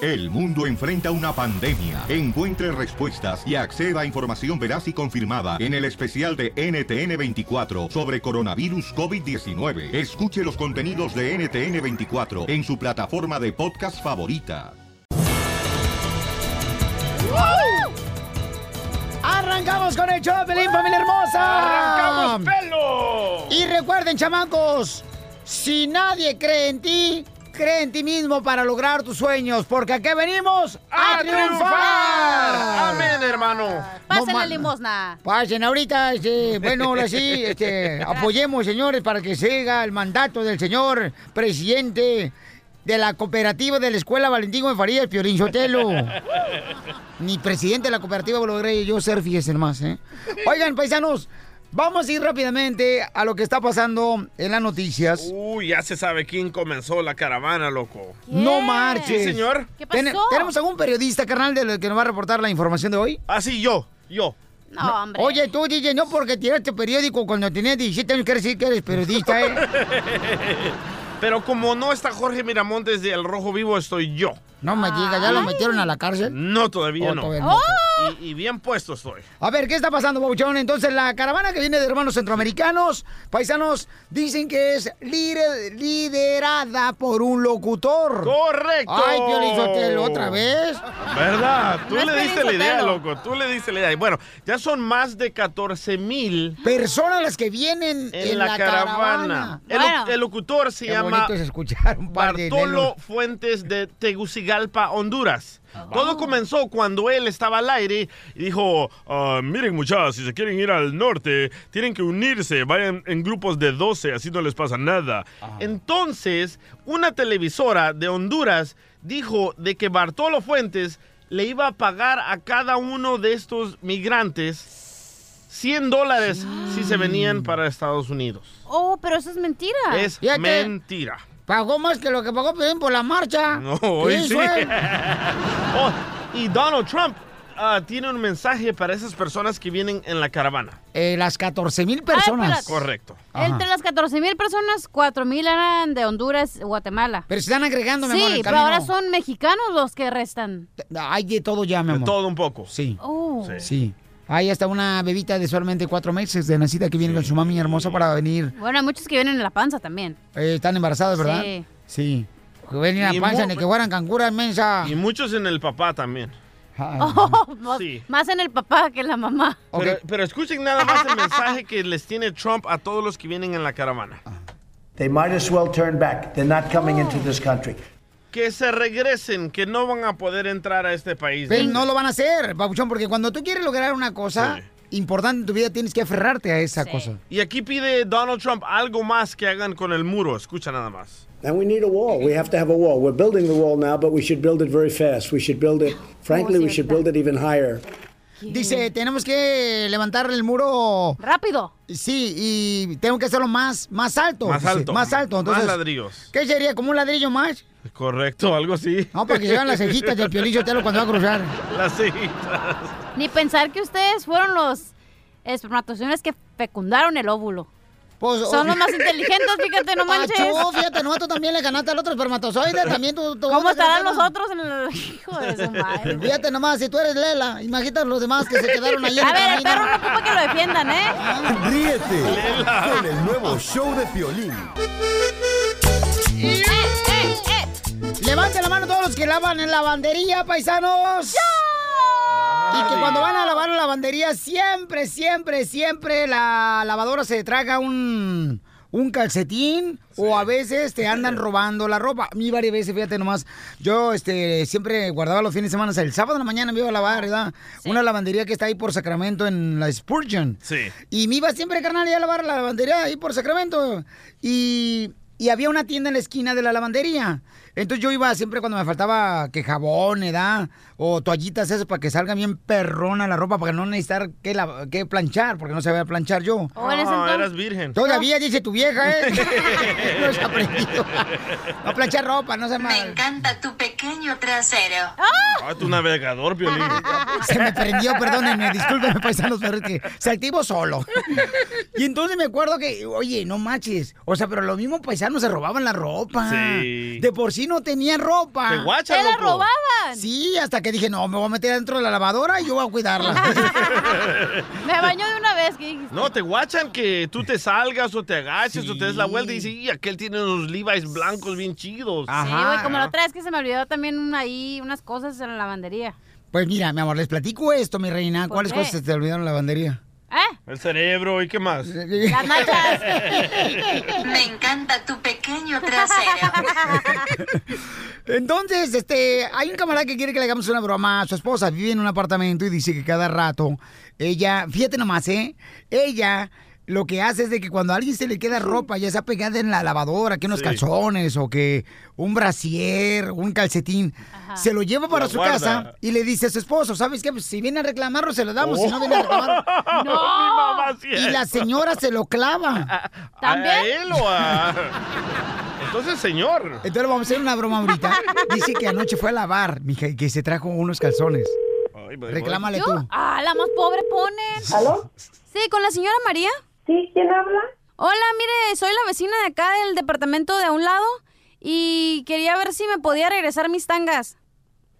El mundo enfrenta una pandemia. Encuentre respuestas y acceda a información veraz y confirmada en el especial de NTN24 sobre coronavirus COVID-19. Escuche los contenidos de NTN24 en su plataforma de podcast favorita. Arrancamos con el show, Pelín, familia hermosa. ¡Arrancamos pelo! Y recuerden, chamacos, si nadie cree en ti, cree en ti mismo para lograr tus sueños, porque aquí venimos a, ¡A triunfar. triunfar! ¡Amén, hermano! No Pasen ma- la limosna. Pasen ahorita, este, bueno, ahora sí, este, apoyemos, señores, para que siga el mandato del señor presidente de la cooperativa de la Escuela Valentín de Farías, Piorín Sotelo. Ni presidente de la cooperativa logré yo ser, fíjense más, ¿eh? Oigan, paisanos, vamos a ir rápidamente a lo que está pasando en las noticias. Uy, ya se sabe quién comenzó la caravana, loco. No marches. Sí, señor. ¿Qué pasó? Ten- ¿Tenemos algún periodista, carnal, del que nos va a reportar la información de hoy? Ah, sí, yo, yo. No, hombre. Oye, tú, DJ, no porque tiraste periódico cuando tenías 17 años, quiere decir que eres periodista, ¿eh? Pero como no está Jorge Miramontes de El Rojo Vivo, estoy yo. No me digas, ¿ya lo metieron a la cárcel? No, todavía Oh, no. todavía no. ¡Oh! Y, y bien puesto estoy. A ver, ¿qué está pasando, Pauchón? Entonces, la caravana que viene de hermanos centroamericanos, paisanos, dicen que es lider- liderada por un locutor. ¡Correcto! Ay, Piolín Sotelo, ¿otra vez? ¿Verdad? Tú No es le diste la Piolín idea, Sotelo. loco. Tú le diste la idea. Y Bueno, ya son más de 14 mil Personas las que vienen en, la, caravana. El, Bueno. el locutor se Qué llama bonito es escuchar un par de Bartolo nelos. Fuentes de Tegucigalpa, Honduras. Todo comenzó cuando él estaba al aire y dijo, "Ah, miren muchachos, si se quieren ir al norte, tienen que unirse, vayan en grupos de 12, así no les pasa nada. Entonces, una televisora de Honduras dijo de que Bartolo Fuentes le iba a pagar a cada uno de estos migrantes 100 dólares si se venían para Estados Unidos. Oh, pero eso es mentira. Es Ah, Fíjate. mentira. Pagó más que lo que pagó Piolín por la marcha. No, ¿Qué hoy sí. hizo él? Oh, y Donald Trump ah, tiene un mensaje para esas personas que vienen en la caravana. Eh, las 14 mil personas. Ah, Ah. espérate. Correcto. Ajá. Entre las 14 mil personas, 4 mil eran de Honduras, Guatemala. Pero se están agregando, mi amor, en sí, el pero ahora camino. son mexicanos los que restan. Hay de todo ya, mi De amor. todo un poco. Sí, Oh. Sí. sí. Hay hasta una bebita de solamente cuatro meses de nacida que viene con su mami hermosa para venir. Bueno, hay muchos que vienen en la panza también. Eh, están embarazadas, ¿verdad? Sí. Sí. Que ven en Y la panza, mu- ni que fueran cancuras mensa. Y muchos en el papá también. Oh, más, Sí. más en el papá que en la mamá. Ah, Ok. Pero, pero escuchen nada más el mensaje que les tiene Trump a todos los que vienen en la caravana. Ah. They might as well turn back. They're not coming into this country. Que se regresen, que no van a poder entrar a este país. Pero no lo van a hacer, Papuchón, porque cuando tú quieres lograr una cosa importante en tu vida, tienes que aferrarte a esa Sí. cosa. Y aquí pide Donald Trump algo más que hagan con el muro. Escucha nada más. And we need a wall. We have to have a wall. We're building the wall now, but we should build it very fast. We should build it, frankly, we should build it even higher. Dice, tenemos que levantar el muro. Rápido. Sí, y tengo que hacerlo más, más alto. Más dice, alto. más alto. Entonces, Más ladrillos. ¿Qué sería? ¿Como un ladrillo más? Correcto, algo así. No, para que se vean las cejitas del piolillo telo cuando va a cruzar. Las cejitas. Ni pensar que ustedes fueron los espermatozoides que fecundaron el óvulo. Pues, Son o- los más inteligentes, fíjate, no manches. Achú, fíjate, no, tú también le ganaste al otro espermatozoide, también tú... tú- ¿Cómo tú- estarán tú- los otros en el hijo de su madre? güey. Fíjate nomás, si tú eres Lela, imagínate los demás que se quedaron ahí en A el ver, el camino. perro no ocupa que lo defiendan, ¿eh? Ríete con el nuevo show de Piolín. Eh, eh, eh. Levanten la mano todos los que lavan en lavandería, paisanos. Y que cuando van a lavar en la lavandería, siempre, siempre, siempre la lavadora se traga un, un calcetín o a veces te andan robando la ropa. A mí varias veces, fíjate nomás, yo este, siempre guardaba los fines de semana. o sea, El sábado en la mañana me iba a lavar, ¿verdad? Una lavandería que está ahí por Sacramento en la Spurgeon. Sí. Y me iba siempre, carnal, ahí a lavar la lavandería ahí por Sacramento. Y, y había una tienda en la esquina de la lavandería. Entonces yo iba siempre cuando me faltaba que jabón, edad, o toallitas esas para que salga bien perrona la ropa, para no necesitar que, la- que planchar, porque no sabía planchar yo. O Oh, en ese Ah, entonces- eras virgen. Todavía dice tu vieja, ¿eh? no se ha aprendido. No planchar ropa, no se Me me... encanta tu pequeño trasero. Ah, tu navegador, Piolín. Se me prendió, perdónenme, discúlpenme, paisanos, pero es que se activó solo. Y entonces me acuerdo que, oye, no manches. O sea, pero los mismos paisanos se robaban la ropa. Sí. De por sí no tenían ropa. Te guacha, ¡Se la loco. robaba! Sí, hasta que dije, no, me voy a meter dentro de la lavadora y yo voy a cuidarla. Me baño de una vez, ¿qué dijiste? No, te guachan que tú te salgas o te agaches o te des la vuelta y dices, y aquel tiene unos Levi's blancos bien chidos. Sí, güey, como la otra vez que se me olvidó también una- ahí unas cosas en la lavandería. Pues mira, mi amor, les platico esto, mi reina. ¿Por ¿Cuáles qué? cosas se te olvidaron en la lavandería? ¿Eh? El cerebro, ¿y qué más? Las nachas. Me encanta tu pequeño trasero. Entonces, este, hay un camarada que quiere que le hagamos una broma a su esposa. Vive en un apartamento y dice que cada rato ella, fíjate nomás, ¿eh? Ella lo que hace es de que cuando a alguien se le queda ropa, ya sea pegada en la lavadora, que unos Sí. calzones o que un brasier, un calcetín, se lo lleva para Lo su guarda. casa y le dice a su esposo, ¿sabes qué? Pues si viene a reclamarlo, se lo damos, si no viene a reclamarlo. Oh. Mi mamá sí Y es. la señora se lo clava. ¿También? ¿A él o a...? Entonces, señor. Entonces le vamos a hacer una broma ahorita. Dice que anoche fue a lavar, mija, y que se trajo unos calzones. Ay, pues, voy, Reclámale ¿Yo? tú. Ah, la más pobre ponen. ¿Aló? Sí, con la señora María. ¿Sí? ¿Quién habla? Hola, mire, soy la vecina de acá del departamento de a un lado y quería ver si me podía regresar mis tangas.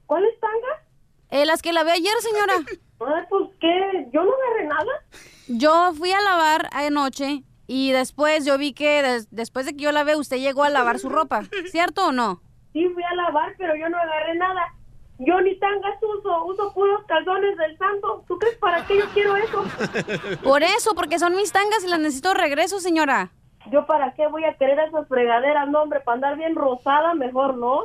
¿Cuál es tanga? Eh, las que lavé ayer, señora. Ay, pues qué, yo no agarré nada. Yo fui a lavar anoche y después yo vi que des- después de que yo lavé, usted llegó a lavar su ropa. ¿Cierto o no? Sí fui a lavar, pero yo no agarré nada. Yo ni tangas uso, uso puros calzones del santo. ¿Tú crees para qué yo quiero eso? Por eso, porque son mis tangas y las necesito de regreso, señora. Yo para qué voy a querer esas fregaderas, no, hombre, para andar bien rosada, mejor no.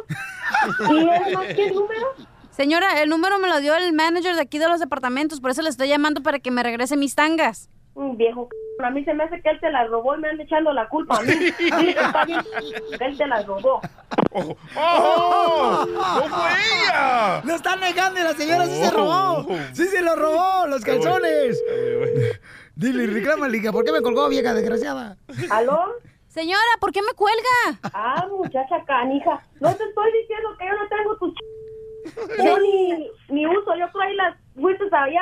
¿Y es más que número? Señora, el número me lo dio el manager de aquí de los departamentos, por eso le estoy llamando para que me regrese mis tangas. Un Mm, viejo c... A mí se me hace que él te la robó y me han echando la culpa a mí. Sí, está bien, él te la robó. ¡Oh! ¡Oh! ¡No fue ella! Lo están negando y la señora sí se robó. Oh. Sí se lo robó, los calzones. Ay, güey. Dile, reclámale, hija, ¿por qué me colgó, vieja desgraciada? ¿Aló? Señora, ¿por qué me cuelga? Ah, muchacha canija. No te estoy diciendo que yo no tengo tu ch... Yo ni, ni uso. Yo traí las... Fuiste allá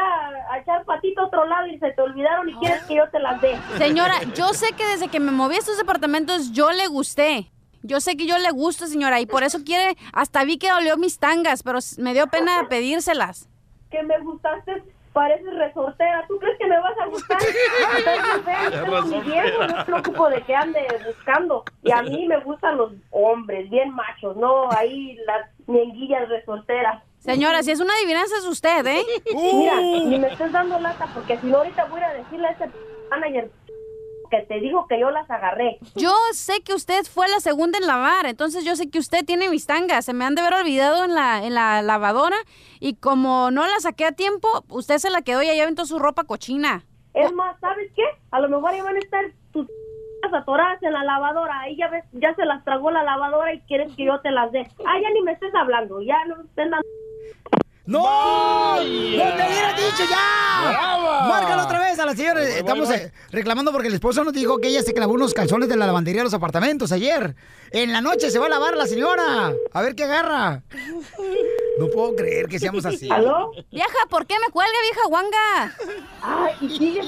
a, a echar patito a otro lado y se te olvidaron y quieres que yo te las dé. Señora, yo sé que desde que me moví a estos departamentos yo le gusté. Yo sé que yo le gusto, señora, y por eso quiere, hasta vi que olió mis tangas, pero s- me dio pena pedírselas. Que me gustaste... Pareces resortera. ¿Tú crees que me vas a gustar? Estás fea, Tengo mi viejo, no me preocupo de que ande buscando. Y a mí me gustan los hombres, bien machos, ¿no? Ahí las ñenguillas resorteras. Señora, si es una adivinanza es usted, ¿eh? Mira, ni me estés dando lata porque si no ahorita voy a ir a decirle a ese p- manager que te dijo que yo las agarré. Yo sé que usted fue la segunda en lavar, entonces yo sé que usted tiene mis tangas. Se me han de haber olvidado en la, en la lavadora y como no la saqué a tiempo, usted se la quedó y allá aventó su ropa cochina. Es más, ¿sabes qué? A lo mejor ya van a estar tus p- atoradas en la lavadora. Ahí ya ves, ya se las tragó la lavadora y quieres que yo te las dé. Ah, ya ni me estés hablando, ya no me estén dando. ¡No! ¡No te hubiera dicho ya! ¡Brava! Márcalo otra vez a la señora. voy, Estamos voy. eh, reclamando porque el esposo nos dijo que ella se clavó unos calzones de la lavandería de los apartamentos ayer. En la noche se va a lavar la señora. A ver qué agarra. No puedo creer que seamos así. ¿Aló? Vieja, ¿por qué me cuelga, vieja guanga? Ay, y sigue.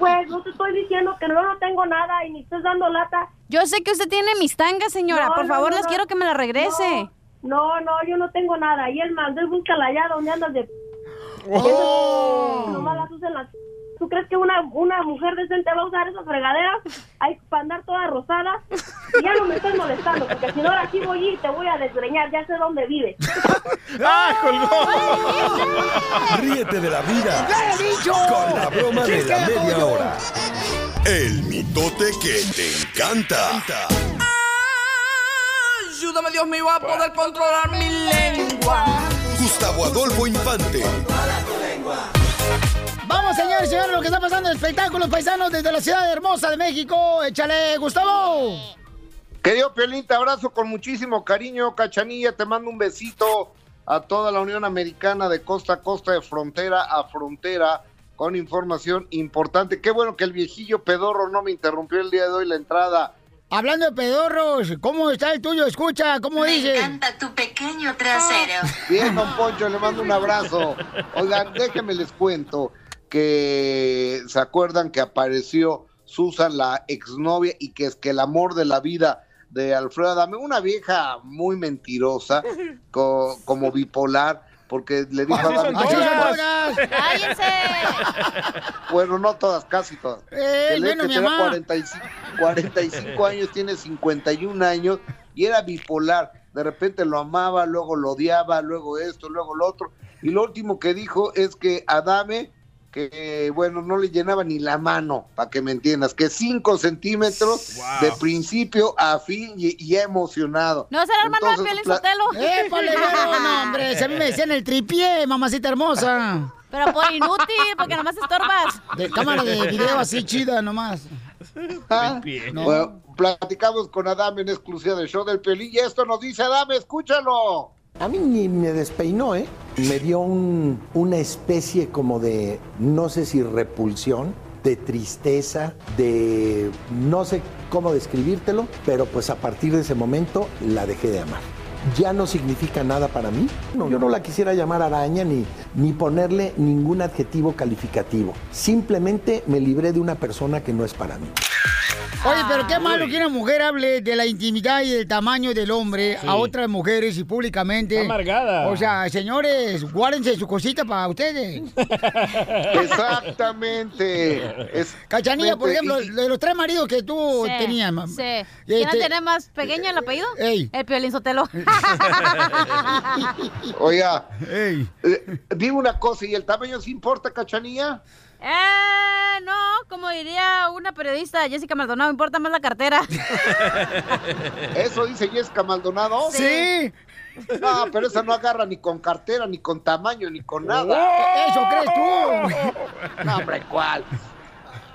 Pues no te estoy diciendo que no, no tengo nada y ni estés dando lata. Yo sé que usted tiene mis tangas, señora. No, Por no, favor, no, las no. quiero que me las regrese. No, no, no, yo no tengo nada. Y el mandé, búscala allá donde andas de... p- Oh. Nomás las usan las... ¿Tú crees que una, una mujer decente va a usar esas fregaderas? Hay para andar toda rosada. Y ya no me estás molestando, porque si no, ahora sí voy y te voy a desgreñar. Ya sé dónde vives. ¡Ah, colgó! Ríete de la vida ¡Te he dicho! con la broma de Chiste la de media hoyo. hora. El mitote que te encanta. Ayúdame Dios mío a poder controlar mi lengua. Gustavo Adolfo Infante. Vamos, señores y señores, lo que está pasando en espectáculos paisanos desde la ciudad hermosa de México. Échale, Gustavo. Querido Piolín, te abrazo con muchísimo cariño, Cachanilla, te mando un besito a toda la Unión Americana de costa a costa, de frontera a frontera, con información importante. Qué bueno que el viejillo pedorro no me interrumpió el día de hoy la entrada. Hablando de pedorros, ¿cómo está el tuyo? Escucha, ¿cómo Me dice? Ah, encanta tu pequeño trasero. Bien, don Poncho, le mando un abrazo. Oigan, déjenme les cuento que se acuerdan que apareció Susan, la exnovia, y que es que el amor de la vida de Alfredo Adame, una vieja muy mentirosa, co- como bipolar, porque le dijo a Adame, ¡Así son "Todas". todas! bueno, no todas, casi todas. Eh, Que le- bueno, que mi tenía mamá. 45, 45 años, tiene 51 años y era bipolar. De repente lo amaba, luego lo odiaba, luego esto, luego lo otro. Y lo último que dijo es que Adame, que bueno, no le llenaba ni la mano, para que me entiendas, que 5 centímetros Wow. de principio a fin y, y emocionado. No será hermano de Entonces, Piolín pla- Sotelo. ¡Épale, bueno! No, hombre, si a mí me decían el tripié, mamacita hermosa. Pero por inútil, porque nomás estorbas. De cámara de video así chida nomás. No. Ah, Bueno, platicamos con Adame en exclusiva del show del Pelín y esto nos dice Adame, escúchalo. A mí ni me despeinó, ¿eh? Me dio un- una especie como de, no sé si repulsión, de tristeza, de no sé cómo describírtelo, pero pues a partir de ese momento la dejé de amar. Ya no significa nada para mí. No, yo no la quisiera llamar araña ni, ni ponerle ningún adjetivo calificativo. Simplemente me libré de una persona que no es para mí. Oye, pero qué malo que una mujer hable de la intimidad y del tamaño del hombre a otras mujeres y públicamente. Amargada. O sea, señores, guárdense su cosita para ustedes. Exactamente. Es- Cachanilla, por Vente, ejemplo, Pues, eh, y- de los tres maridos que tú Sí, tenías. ma- Sí. Este- ¿Quién la tiene más pequeña el apellido? Ey. El Piolín Sotelo. Oiga, eh, dime una cosa, ¿y el tamaño sí importa, cachanilla? Eh, no, como diría una periodista, Jessica Maldonado, importa más la cartera. Eso dice Jessica Maldonado. Sí. No, pero esa no agarra ni con cartera, ni con tamaño, ni con ¡Oh! nada. ¿Eso crees tú? No, hombre, ¿cuál?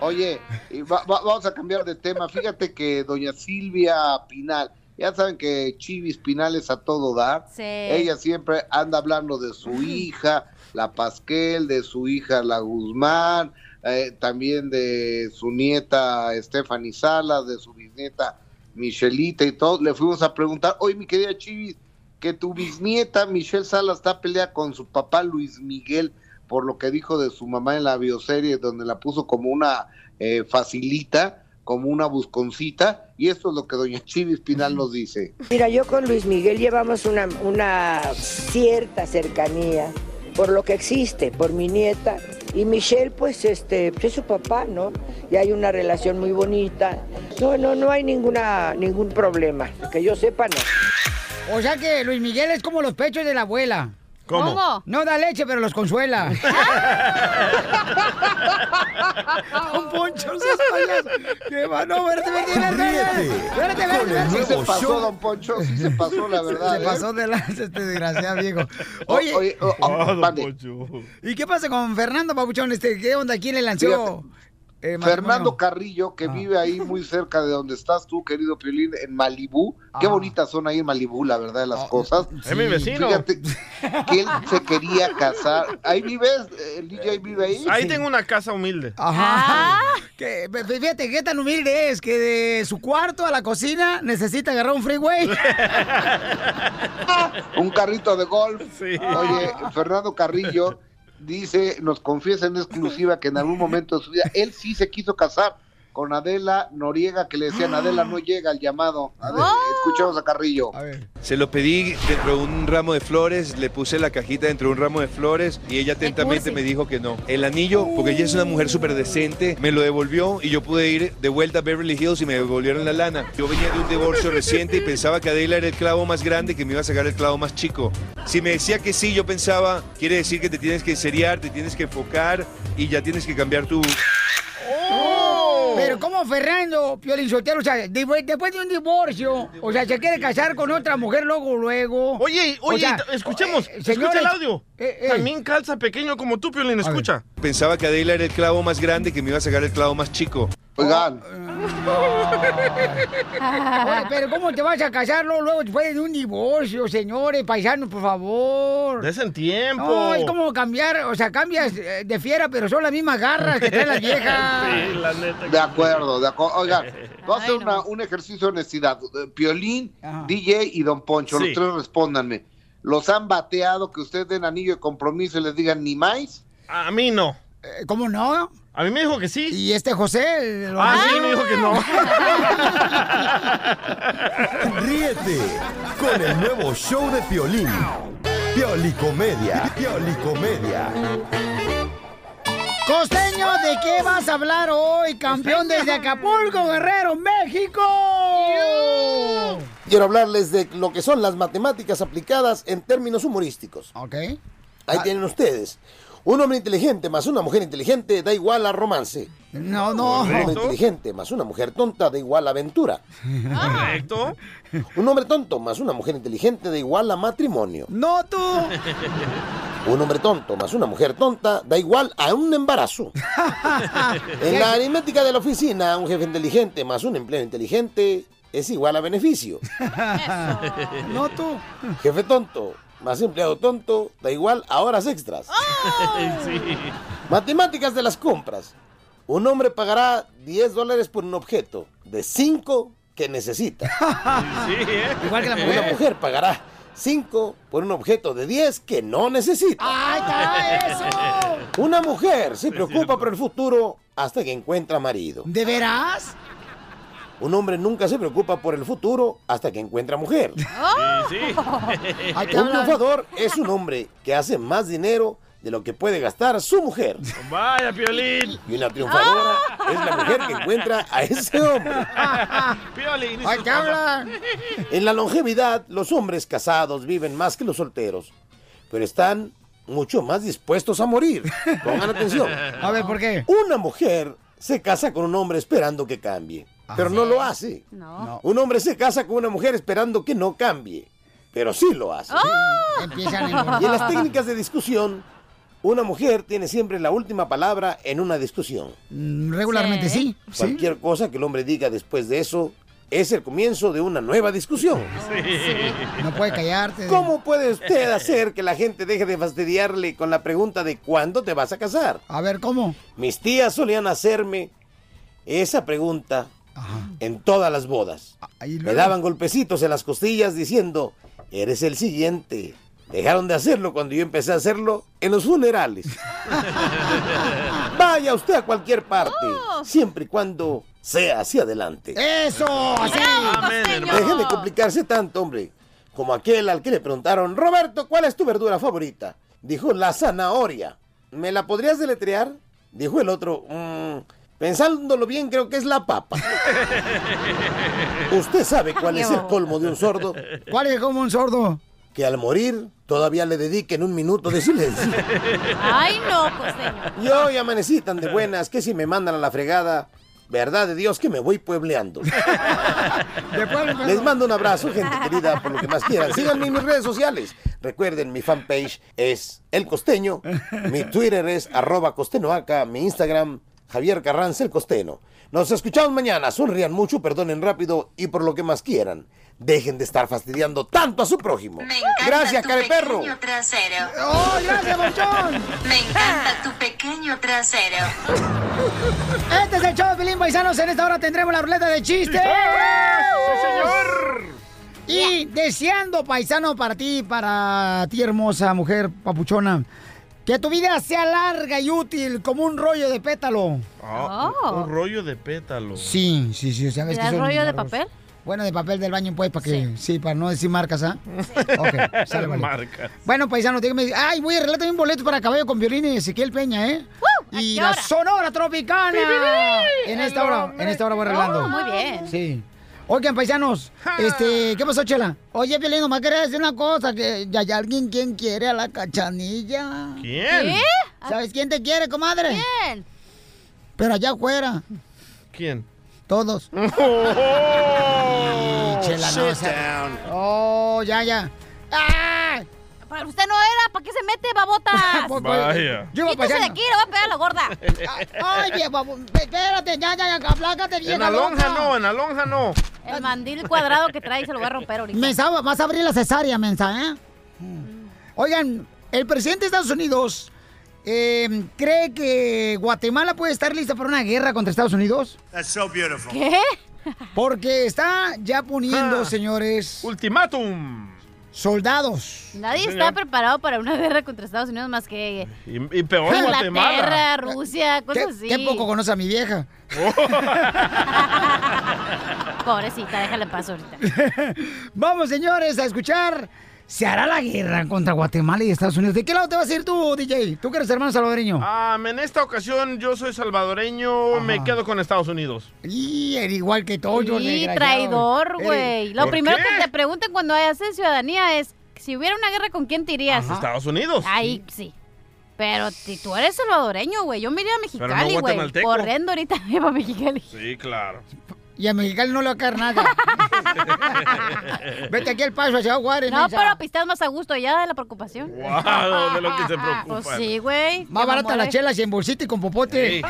Oye, y va- va- vamos a cambiar de tema. Fíjate que doña Silvia Pinal, ya saben que Chivis Pinal es a todo dar. Sí. Ella siempre anda hablando de su hija, la Pasquel, de su hija, la Guzmán, eh, también de su nieta Stephanie Salas, de su bisnieta Michelita y todo. Le fuimos a preguntar, oye, mi querida Chivis, que tu bisnieta Michelle Salas está pelea con su papá Luis Miguel por lo que dijo de su mamá en la bioserie, donde la puso como una eh, facilita, como una busconcita, y esto es lo que doña Chivis Pinal nos dice. Mira, yo con Luis Miguel llevamos una, una cierta cercanía por lo que existe, por mi nieta. Y Michelle, pues, este, pues, es su papá, ¿no? Y hay una relación muy bonita. No, no, no hay ninguna, ningún problema. Que yo sepa, no. O sea que Luis Miguel es como los pechos de la abuela. ¿Cómo? ¿Cómo? No da leche, pero los consuela. Un poncho, seas payaso. Que va, no, verte, verte, verte, verte. Verte, Con verte, el verte. nuevo Sí se pasó, show. don Poncho, sí se pasó, la verdad, Se ¿eh? pasó de lanza este desgraciado viejo. Oye, O- oye, o- o- Ah, don mande. ¿y qué pasa con Fernando Papuchón? Este, ¿Qué onda? ¿Quién le lanzó? eh, matrimonio? Ah. Fernando Carrillo, que vive ahí muy cerca de donde estás tú, querido Piolín, en Malibú. Ah. Qué bonitas son ahí en Malibú, la verdad de las cosas. Es mi vecino. Fíjate que él se quería casar. ¿Ahí vives? ¿El DJ vive ahí? Ahí Sí. tengo una casa humilde. Ah. Ajá. Ah. Que, f- fíjate qué tan humilde es que de su cuarto a la cocina necesita agarrar un freeway. un carrito de golf. Oye, Fernando Carrillo dice, nos confiesa en exclusiva que en algún momento de su vida él sí se quiso casar con Adela Noriega, que le decían Adela no llega al llamado. A ver, escuchamos a Carrillo. Se lo pedí dentro de un ramo de flores, le puse la cajita dentro de un ramo de flores y ella atentamente me dijo que no. El anillo, porque ella es una mujer súper decente, me lo devolvió y yo pude ir de vuelta a Beverly Hills y me devolvieron la lana. Yo venía de un divorcio reciente y pensaba que Adela era el clavo más grande que me iba a sacar el clavo más chico. Si me decía que sí, yo pensaba, quiere decir que te tienes que seriar, te tienes que enfocar y ya tienes que cambiar tu... Pero como Fernando Piolín Sotelo, o sea, div- después de un divorcio, o sea, se quiere casar con otra mujer luego, luego. Oye, O oye, sea, t- escuchemos, eh, escucha señores, el audio. eh, eh, También calza pequeño como tú, Piolín, escucha. Pensaba que Adela era el clavo más grande que me iba a sacar el clavo más chico. Oigan, oye, pero ¿cómo te vas a casar luego, luego después de un divorcio, señores, paisanos, por favor? Desen tiempo. No, es como cambiar, o sea, cambias eh, de fiera, pero son las mismas garras que traen las viejas. Sí, la neta. De acuerdo, de acuerdo. Oigan, vamos a hacer una- un ejercicio de honestidad. Eh, Piolín, DJ y Don Poncho, Sí. los tres respóndanme. ¿Los han bateado que ustedes den anillo de compromiso y les digan ni más? A mí no. Eh, ¿Cómo no? A mí me dijo que sí. Y este José. lo- Ah, sí, me dijo que no. Ríete con el nuevo show de Piolín. Piolicomedia. Piolicomedia. Costeño, ¿de qué vas a hablar hoy, campeón desde Acapulco, Guerrero, México? Quiero hablarles de lo que son las matemáticas aplicadas en términos humorísticos. Ok. Ah. Ahí tienen ustedes. Un hombre inteligente más una mujer inteligente da igual a romance. No, Un no. hombre inteligente más una mujer tonta da igual a aventura. Correcto. Un hombre tonto más una mujer inteligente da igual a matrimonio. No tú. Ah. Un hombre tonto más una mujer tonta da igual a un embarazo. En la aritmética de la oficina, un jefe inteligente más un empleo inteligente es igual a beneficio. No tú. Jefe tonto más empleado tonto da igual a horas extras. Matemáticas de las compras. Un hombre pagará 10 dólares por un objeto de 5 que necesita. Igual que la Una mujer. mujer pagará 5 por un objeto de 10 que no necesita. ¡Ahí está eso! Una mujer se preocupa por el futuro hasta que encuentra marido. ¿De veras? Un hombre nunca se preocupa por el futuro hasta que encuentra mujer. Un triunfador es un hombre que hace más dinero de lo que puede gastar su mujer. Vaya, Piolín. Y una triunfadora es la mujer que encuentra a ese hombre. Piolín. y Ay, sus ¿qué cosas. hablan? En la longevidad, los hombres casados viven más que los solteros, pero están mucho más dispuestos a morir. Pongan atención. A ver, ¿por qué? Una mujer se casa con un hombre esperando que cambie, pero no lo hace. Ah, No. Un hombre se casa con una mujer esperando que no cambie, pero sí lo Oh. hace. Empiezan a Y en las técnicas de discusión, una mujer tiene siempre la última palabra en una discusión. Mm, Regularmente sí. sí. Cualquier cosa que el hombre diga después de eso es el comienzo de una nueva discusión. No puede callarte. ¿Cómo puede usted hacer que la gente deje de fastidiarle con la pregunta de cuándo te vas a casar? A ver, ¿cómo? Mis tías solían hacerme esa pregunta en todas las bodas. Me Ah, luego? daban golpecitos en las costillas diciendo, eres el siguiente. Dejaron de hacerlo cuando yo empecé a hacerlo en los funerales. Vaya usted a cualquier parte, siempre y cuando sea hacia adelante. ¡Eso! ¡Así! Deje de complicarse tanto, hombre. Como aquel al que le preguntaron, Roberto, ¿cuál es tu verdura favorita? Dijo, la zanahoria. ¿Me la podrías deletrear? Dijo el otro, "Mm, pensándolo bien, creo que es la papa. ¿Usted sabe cuál es el colmo de un sordo? ¿Cuál es como un sordo? Que al morir todavía le dediquen un minuto de silencio. Ay, no, pues, costeño. Y hoy amanecí tan de buenas que si me mandan a la fregada, verdad de Dios que me voy puebleando. Les mando un abrazo, gente querida, por lo que más quieran. Síganme en mis redes sociales. Recuerden, mi fanpage es El Costeño, mi Twitter es arroba costenoaca, mi Instagram, Javier Carranza El Costeno. Nos escuchamos mañana, sonrían mucho, perdonen rápido y por lo que más quieran. Dejen de estar fastidiando tanto a su prójimo. Me encanta Gracias, tu careperro. pequeño trasero. ¡Oh, gracias, Monchón! Me encanta tu pequeño trasero. Este es el show de Pelín Paisanos. En esta hora tendremos la ruleta de chistes. ¡Sí, señor! Y deseando, paisano, para ti, para ti, hermosa mujer papuchona, que tu vida sea larga y útil como un rollo de pétalo. Ah, un- Un rollo de pétalo. Sí, sí, sí. ¿Sabes Oh. ¿Te da son rollo de largos? papel? Bueno, de papel del baño, pues, para que. Sí, para no decir marcas, ¿ah? Ok, sale, vale. Marca. Bueno, paisano, dígame. Ay, voy a arreglar un boleto para cabello con violín y Ezequiel Peña, ¿eh? ¡Uh! Y la Sonora Tropicana. Pi, pi, pi, pi. En esta hora, en esta hora voy arreglando. Oh, muy bien. Sí. Oigan, paisanos, este, ¿qué pasó, Chela? Oye, Piolín, nomás quería decir una cosa, que ya hay alguien quien quiere a la cachanilla. ¿Quién? ¿Qué? ¿Sabes quién te quiere, comadre? ¿Quién? Pero allá afuera, ¿Quién? todos. Oh, Chela, no, o sea- Oh, ya, ya. Para usted no era, ¿para qué se mete, babotas? Vaya. Pues, Yo iba Quítese de pasando. aquí, le voy a pegar a la gorda. Ay, viejo, pues, espérate, ya, ya, ya, aplácate, vieja En la lonja loca. no, en la lonja no. El mandil cuadrado que trae se lo voy a romper ahorita. Mensa, vas a abrir la cesárea, mensa, ¿eh? Oigan, el presidente de Estados Unidos eh, cree que Guatemala puede estar lista para una guerra contra Estados Unidos. That's so beautiful. Ah, Porque está ya poniendo, señores. Ultimátum. soldados. Nadie está preparado para una guerra contra Estados Unidos más que Y, y peor Guatemala. Inglaterra, Rusia, pues cosas así. Qué poco conoce a mi vieja. Pobrecita, déjale paso ahorita. Vamos, señores, a escuchar. Se hará la guerra contra Guatemala y Estados Unidos. ¿De qué lado te vas a ir tú, DJ? ¿Tú que eres hermano salvadoreño? Ah, en esta ocasión yo soy salvadoreño, me quedo con Estados Unidos. Y era igual que todo, yo Y desgraciado. traidor, Eres- güey. Lo ¿Por primero qué? que te preguntan cuando haces ciudadanía es, si hubiera una guerra, ¿con quién te irías? Estados Unidos. Ahí sí. Pero si tú eres salvadoreño, güey. Yo me iría a no Mexicali, güey. guatemalteco. Corriendo ahorita me iba a Mexicali. Sí, claro. Y a Mexicali no le va a caer nada. Vete aquí al paso hacia Juárez. No, mensa. pero pistas más a gusto ya de la preocupación. Guau, de lo que se preocupan. Pues sí, güey. eh. Más Te barata mamó, las chelas en bolsita y con popote.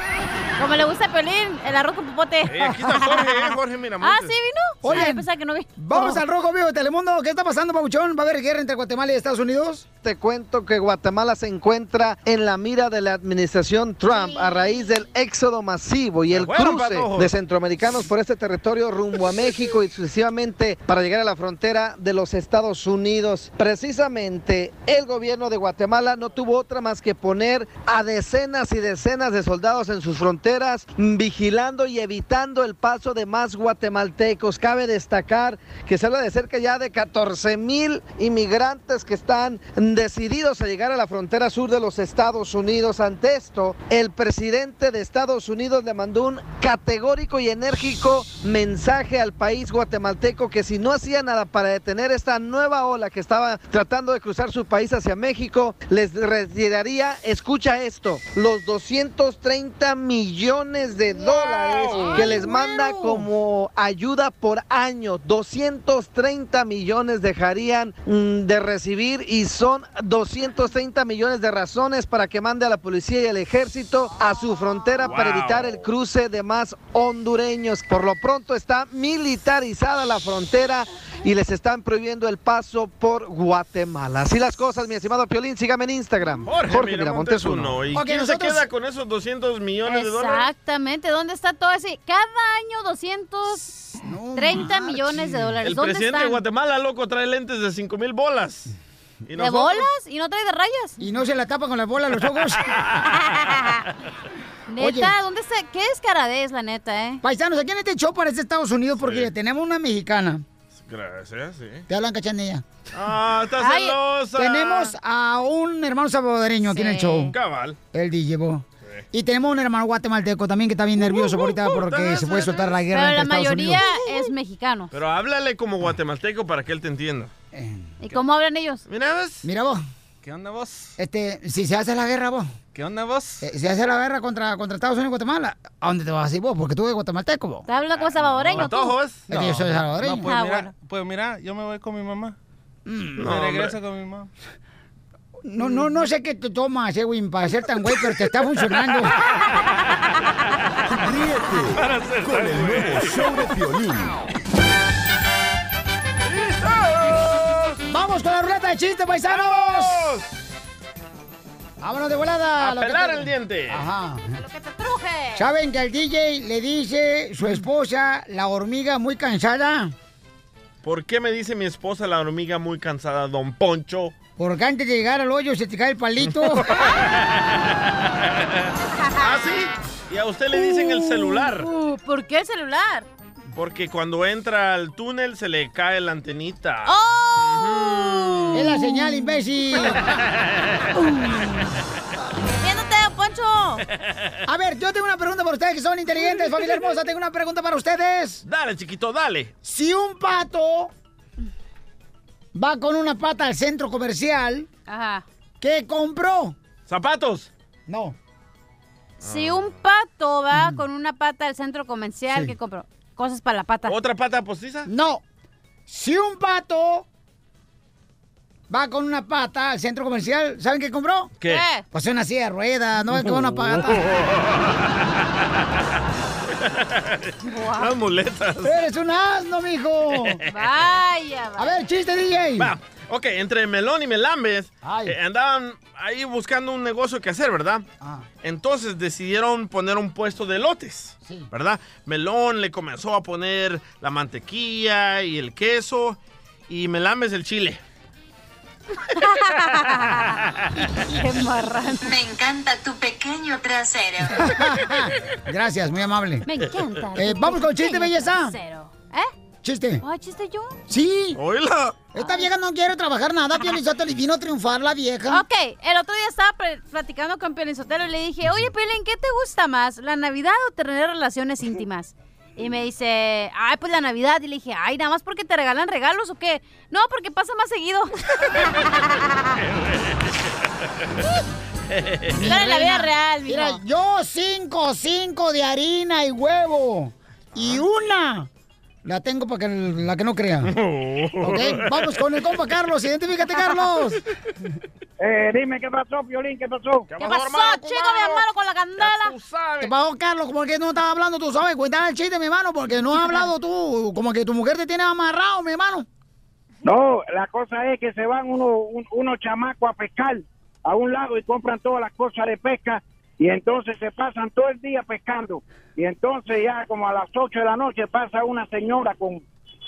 Como le gusta a Piolín, el arroz con popote. aquí está Jorge, eh, Jorge Ah, ¿sí vino? pues Oigan, Ay, pensaba que no vi. Vamos al rojo vivo de Telemundo. ¿Qué está pasando, Pabuchón? ¿Va a haber guerra entre Guatemala y Estados Unidos? Te cuento que Guatemala se encuentra en la mira de la administración Trump a raíz del éxodo masivo y el fueron, cruce patojos. de centroamericanos por este territorio rumbo a México y sucesivamente para llegar a la frontera de los Estados Unidos. Precisamente el gobierno de Guatemala no tuvo otra más que poner a decenas y decenas de soldados en sus fronteras mm, vigilando y evitando el paso de más guatemaltecos. Cabe destacar que se habla de cerca ya de 14 mil inmigrantes que están decididos a llegar a la frontera sur de los Estados Unidos. Ante esto, el presidente de Estados Unidos le mandó un categórico y enérgico mensaje al país guatemalteco que si no hacía nada para detener esta nueva ola que estaba tratando de cruzar su país hacia México, les retiraría, escucha esto, los 230 millones de dólares que les manda como ayuda por año. 230 millones dejarían mm, de recibir y son 230 millones de razones para que mande a la policía y al ejército a su frontera para Wow. evitar el cruce de más hondureños. Por lo pronto está militarizada la frontera y les están prohibiendo el paso por Guatemala. Así las cosas, mi estimado Piolín, sígame en Instagram. Jorge, Miramontes uno. ¿Y Ok, quién se nosotros- queda con esos 200 millones de dólares? Exactamente. ¿Dónde está todo ese? Cada año 230 millones de dólares. El ¿Dónde presidente de están? Guatemala, loco, trae lentes de 5 mil bolas. ¿Y ¿De nosotros? bolas? ¿Y no trae de rayas? Y no se la tapa con la bola los ojos. Neta, Oye. ¿dónde está? ¿Qué descaradez, la neta, eh? Paisanos, aquí en este show parece Estados Unidos porque Sí. le tenemos una mexicana. Gracias, sí. Te hablan cachanilla. Ah, está Ay, celosa. Tenemos a un hermano salvadoreño aquí en el Sí. show. Cabal. Él llevó. Y tenemos un hermano guatemalteco también que está Uh, bien nervioso ahorita porque se puede soltar la guerra Pero entre la Estados mayoría Unidos. es mexicano. Pero háblale como guatemalteco para que él te entienda. ¿Y cómo hablan ellos? Mira vos. Mira vos. ¿Qué onda vos? Este, si se hace la guerra vos. ¿Qué onda vos? eh, Si se hace la guerra contra, contra Estados Unidos y Guatemala, ¿a dónde te vas a ir vos? Porque tú eres guatemalteco vos. ¿Te hablan Ah, como salvadoreño tú? Es que yo soy salvadoreño. No, pues, Ah, mira, bueno. pues mira, yo me voy con mi mamá. Mm, me no, regreso con mi mamá. No, no, no sé qué te tomas, Edwin, para ser tan güey, pero te está funcionando. Ríete con el nuevo show de Piolín. ¡Vamos con la ruleta de chistes, paisanos! ¡Vámonos de volada! A lo que pelar te- el diente. Ajá. ¡Truje! ¿Saben que al DJ le dice su esposa, la hormiga muy cansada? ¿Por qué me dice mi esposa la hormiga muy cansada, don Poncho? Porque antes de llegar al hoyo se te cae el palito. ¿Ah, sí? Y a usted le dicen el celular. Uh, ¿Por qué el celular? Uh. Porque cuando entra al túnel se le cae la antenita. Ah. ¡Oh! Es la señal, imbécil. Oh. ¡Viéndote, Poncho! A ver, yo tengo una pregunta para ustedes que son inteligentes, familia hermosa. Tengo una pregunta para ustedes. Dale, chiquito, dale. Si un pato va con una pata al centro comercial, Ajá. ¿qué compró? ¿Zapatos? No. Si un pato va con una pata al centro Mm. comercial, Sí. ¿qué compró? Cosas para la pata. ¿Otra pata postiza? No. Si un pato va con una pata al centro comercial, ¿saben qué compró? ¿Qué? Oh. Pues una silla de ruedas, no es que van a pagar. Las muletas. Eres un asno, mijo. Vaya, A ver, chiste, DJ. Va. Ok, entre Melón y Melambes eh, andaban ahí buscando un negocio que hacer, ¿verdad? Ah. Entonces decidieron poner un puesto de lotes, ¿verdad? Melón le comenzó a poner la mantequilla y el queso y Melambes el chile. Me encanta tu pequeño trasero. Gracias, muy amable. Me encanta. Eh, vamos con chiste, Pequeño belleza. trasero. ¿Eh? Chiste. ¿Ah, chiste yo? Sí. Hola. Esta vieja no quiere trabajar nada, Piolizotelo, y vino a triunfar la vieja. Ok, el otro día estaba pre- platicando con Piolín Sotelo y le dije, oye, Piolín, ¿qué te gusta más, la Navidad o tener relaciones íntimas? Y me dice, ay, pues la Navidad. Y le dije, ay, nada más porque te regalan regalos o qué. No, porque pasa más seguido. Mi Pero en la vida reina. real, mijo. Mira, yo cinco, cinco de harina y huevo. Y una. La tengo para que la que no crea. Ok, vamos con el compa Carlos. Identifícate, Carlos. Eh, dime qué pasó, Piolín, qué pasó. ¿Qué pasó, chico, mi hermano, con la candela? ¿Qué pasó, Carlos? ¿Por qué no estás hablando tú? ¿Sabes? Cuéntame el chiste, mi hermano, porque no has hablado tú. Como que tu mujer te tiene amarrado, mi hermano. No, la cosa es que se van uno- un- unos chamacos a pescar a un lado y compran todas las cosas de pesca y entonces se pasan todo el día pescando. Y entonces ya como a las 8 de la noche pasa una señora con,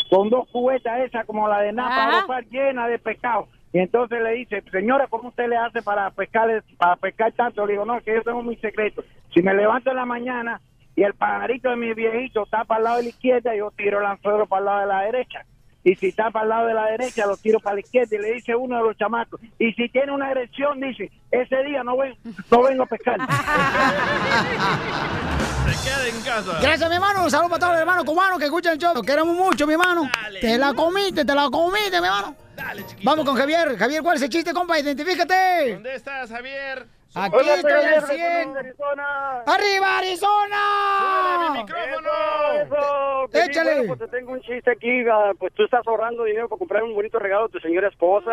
con dos cubetas esas como la de Napa, Ajá. dos par llenas de pescado. Y entonces le dice, señora, ¿cómo usted le hace para pescar, es- para pescar tanto? Le digo, no, es que yo tengo mi secreto. Si me levanto en la mañana y el pajarito de mi viejito está para el lado de la izquierda, yo tiro el anzuelo para el lado de la derecha. Y si está para el lado de la derecha, lo tiro para la izquierda. Y le dice uno de los chamacos. Y si tiene una agresión, dice, ese día no, ven, no vengo a pescar. Se queda en casa. Gracias, mi hermano. Un saludo para todos los hermanos cubanos que escuchan el show. Los queremos mucho, mi hermano. Te la comiste, te la comiste, mi hermano. Vamos con Javier. Javier, ¿cuál es el chiste, compa? Identifícate. ¿Dónde estás, Javier? Aquí estoy al 100. ¡Arriba, Súbele a mi Arizona! micrófono. Piolín, Échale. bueno, pues te tengo un chiste aquí. ah, Pues tú estás ahorrando dinero para comprar un bonito regalo a tu señora esposa.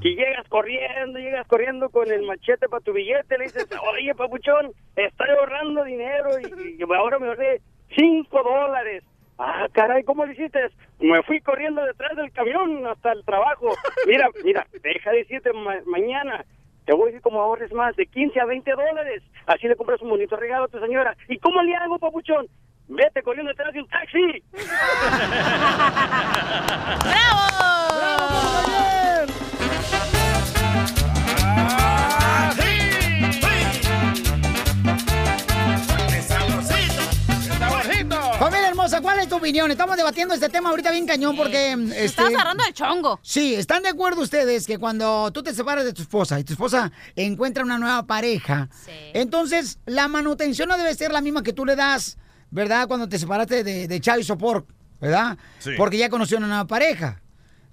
Y llegas corriendo, llegas corriendo con el machete para tu billete. Le dices, oye, papuchón, estoy ahorrando dinero y, y ahora me ahorré cinco dólares. Ah, caray, ¿cómo lo hiciste? Me fui corriendo detrás del camión hasta el trabajo. Mira, mira, deja de decirte ma- mañana. Te voy a decir como ahorres más de 15 a 20 dólares. Así le compras un bonito regalo a tu señora. ¿Y cómo le hago, papuchón? Vete corriendo detrás de un taxi. Familia hermosa, ¿cuál es tu opinión? Estamos debatiendo este tema ahorita bien cañón porque... Este, Estamos agarrando el chongo. Sí, ¿están de acuerdo ustedes que cuando tú te separas de tu esposa y tu esposa encuentra una nueva pareja, entonces la manutención no debe ser la misma que tú le das, ¿verdad? Cuando te separaste de, de Chavi Sopor, ¿verdad? Sí. Porque ya conoció una nueva pareja.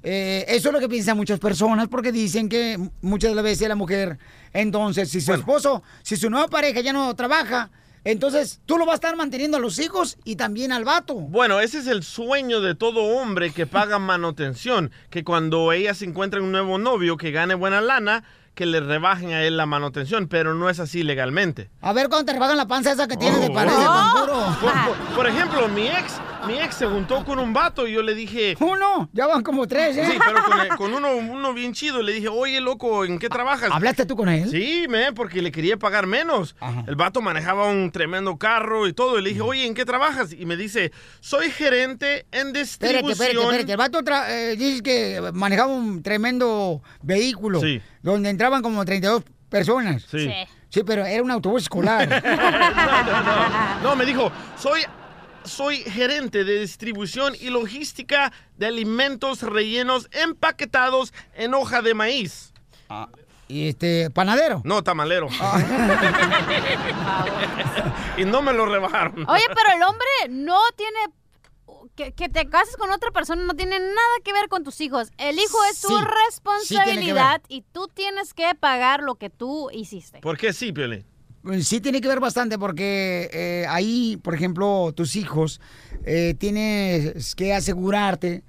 Eh, eso es lo que piensan muchas personas porque dicen que muchas de las veces la mujer, entonces, si su esposo, si su nueva pareja ya no trabaja, entonces tú lo vas a estar manteniendo a los hijos y también al vato. Bueno, ese es el sueño de todo hombre que paga manutención, que cuando ella se encuentra un nuevo novio que gane buena lana, que le rebajen a él la manutención, pero no es así legalmente. A ver cuando te rebajan la panza esa que tienes de pared de canguro. Oh. Por, por- por ejemplo, mi ex, mi ex se juntó con un vato y yo le dije... Uno, ya van como tres, ¿eh? Sí, pero con, el- con uno, uno bien chido. Le dije, oye, loco, ¿en qué trabajas? ¿Hablaste tú con él? Sí, me, porque le quería pagar menos. El vato manejaba un tremendo carro y todo. Y le dije, oye, ¿en qué trabajas? Y me dice, soy gerente en distribución. Espérate, espérate, espérate. El vato tra- eh, dice que manejaba un tremendo vehículo. Donde entraban como 32 personas. Sí. Sí. Sí, pero era un autobús escolar. Ah. No, me dijo, soy, soy gerente de distribución y logística de alimentos rellenos empaquetados en hoja de maíz. Ah. ¿Y este, panadero? Ah. No, tamalero. y no me lo rebajaron. Oye, pero el hombre no tiene... Que, que te cases con otra persona no tiene nada que ver con tus hijos. El hijo es tu Sí, sí tiene que responsabilidad y tú tienes que pagar lo que tú hiciste. ¿Por qué sí, Piolín? Pues, Sí tiene que ver bastante porque eh, ahí, por ejemplo, tus hijos, eh, tienes que asegurarte,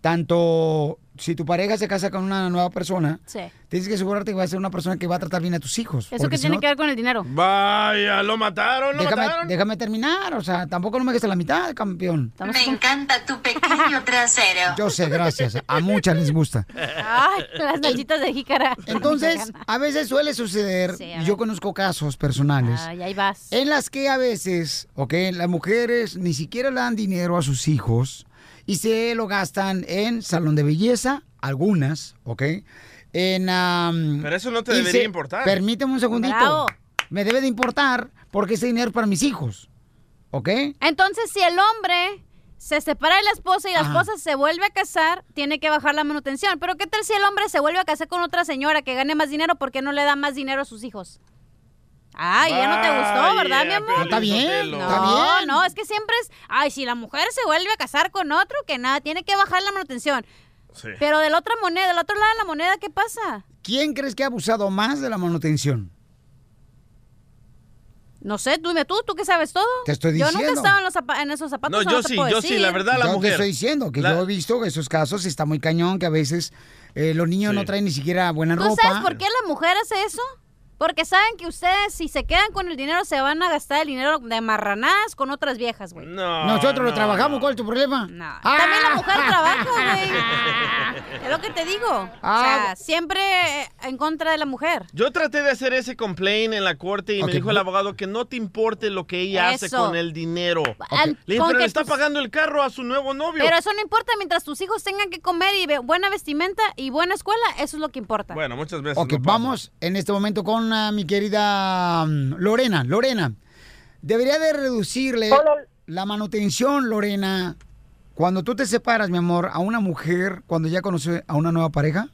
tanto si tu pareja se casa con una nueva persona, Sí. tienes que asegurarte que va a ser una persona que va a tratar bien a tus hijos. ¿Eso porque qué si tiene no- que ver con el dinero? Vaya, lo mataron, lo déjame, mataron. déjame terminar, o sea, tampoco no me dejes a la mitad, campeón. Me encanta tu pequeño trasero. Yo sé, gracias. A muchas les gusta. Ay, las nachitas de jícara. Entonces, a veces suele suceder, Sí, a ver. yo conozco casos personales, Ay, ahí vas. en las que a veces, ok, las mujeres ni siquiera le dan dinero a sus hijos y se lo gastan en salón de belleza, algunas, ok, en... am, Pero eso no te y debería se- importar. Permíteme un segundito. Bravo. Me debe de importar porque ese dinero es para mis hijos. ¿Ok? Entonces, si el hombre se separa de la esposa y la esposa se vuelve a casar, tiene que bajar la manutención. Pero ¿qué tal si el hombre se vuelve a casar con otra señora que gane más dinero porque no le da más dinero a sus hijos? Ay, ya no te gustó, Vaya, ¿verdad, mi amor? Piolín Está bien, Sotelo. No, está bien. no, es que siempre es, ay, si la mujer se vuelve a casar con otro, que nada, tiene que bajar la manutención. Pero de la otra moneda, del otro lado de la moneda, ¿qué pasa? ¿Quién crees que ha abusado más de la manutención? No sé, tú dime tú, tú que sabes todo. Te estoy Yo nunca he diciendo. estado en, los zapa- en esos zapatos. No, o yo te sí, puedo yo sí, la decir. verdad, la Yo mujer. te estoy diciendo que La- yo he visto esos casos y está muy cañón que a veces eh, los niños no traen ni siquiera buena ¿Tú ropa. sabes por qué la mujer hace eso? Porque saben que ustedes, si se quedan con el dinero, se van a gastar el dinero de marranadas con otras viejas, güey. No. Nosotros lo no. trabajamos, ¿cuál es tu problema? No. También la mujer trabaja, güey. Es lo que te digo. o Ah. sea, siempre eh, en contra de la mujer. Yo traté de hacer ese complaint en la corte y me dijo el abogado que no te importe lo que ella hace Eso. con el dinero. Al- Le dije, con pero que le está tus- pagando el carro a su nuevo novio. Pero eso no importa mientras tus hijos tengan que comer y ve- buena vestimenta y buena escuela, eso es lo que importa. Bueno, muchas veces. Ok, vamos en este momento con ah, mi querida mm, Lorena. Lorena, debería de reducirle la manutención, Lorena. Cuando tú te separas, mi amor, a una mujer, cuando ya conoce a una nueva pareja.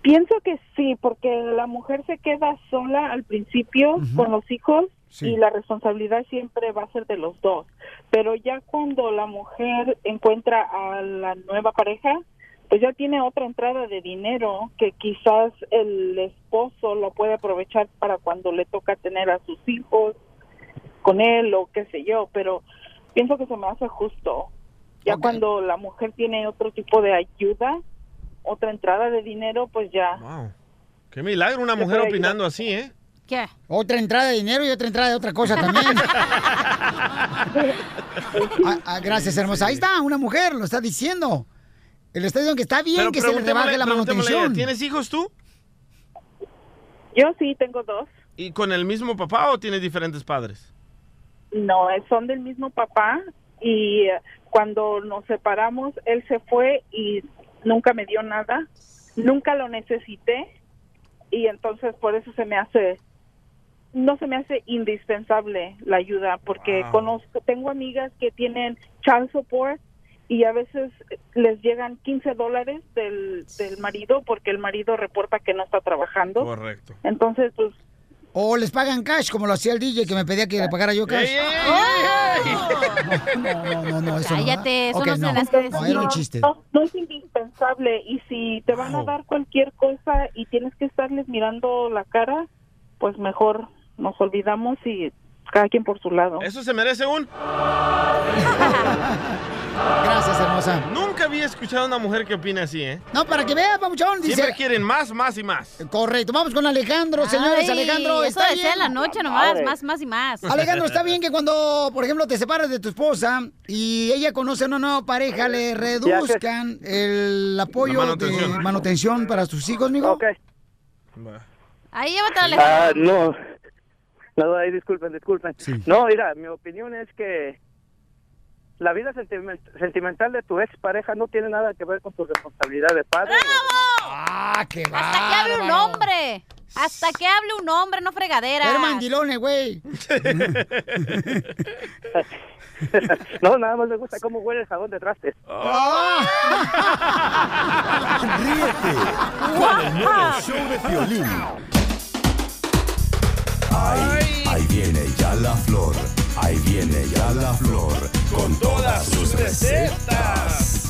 Pienso que sí, porque la mujer se queda sola al principio con los hijos Sí. y la responsabilidad siempre va a ser de los dos. Pero ya cuando la mujer encuentra a la nueva pareja, pues ya tiene otra entrada de dinero que quizás el esposo lo puede aprovechar para cuando le toca tener a sus hijos con él o qué sé yo, pero pienso que se me hace justo. Ya cuando la mujer tiene otro tipo de ayuda, otra entrada de dinero, pues ya. Wow. Qué milagro una Se mujer puede opinando así, ¿eh? ¿Qué? Otra entrada de dinero y otra entrada de otra cosa también. Ah, ah, gracias, hermosa. Ahí está, una mujer, lo está diciendo. El está diciendo que está bien que se le preguntémosle- rebaje la preguntémosle, manutención. ¿Tienes hijos tú? Yo sí tengo dos. ¿Y con el mismo papá o tienes diferentes padres? No, eh, son del mismo papá y eh, cuando nos separamos, él se fue y nunca me dio nada, nunca lo necesité y entonces por eso se me hace, no se me hace indispensable la ayuda porque Wow. conozco, tengo amigas que tienen child support y a veces les llegan 15 dólares del, del marido porque el marido reporta que no está trabajando. Correcto. Entonces, pues... O les pagan cash, como lo hacía el DJ, que me pedía que le pagara yo cash. No, no, no, eso no, Cállate, eso Ok, no se le hace No, decir. era un chiste. No, no es indispensable y si te van a dar cualquier cosa y tienes que estarles mirando la cara, pues mejor nos olvidamos y cada quien por su lado. Eso se merece un... Gracias, hermosa. Nunca había escuchado a una mujer que opina así, ¿eh? No, para que vea, papuchón, dice. Siempre quieren más, más y más. Correcto, vamos con Alejandro, señores. Ay, Alejandro, eso está decía bien. en la noche nomás, más, más y más. Alejandro, está bien que cuando, por ejemplo, te separas de tu esposa y ella conoce a una nueva pareja, le reduzcan el apoyo La manutención. de manutención para sus hijos, mijo. Eh, Ahí llévate a Ah, no. Alejandro. No, ahí disculpen, disculpen. No, mira, mi opinión es que la vida sentiment- sentimental de tu ex pareja no tiene nada que ver con tu responsabilidad de padre. ¡Ah, qué va! Hasta que hable un hombre. Hasta que hable un hombre, no fregadera. Pero mandilones, güey. No, nada más me gusta cómo huele el jabón de trastes. Ah. Ríete con el nuevo show de Piolín. Ahí, ahí viene ya la flor, ahí viene ya la flor, con todas sus recetas.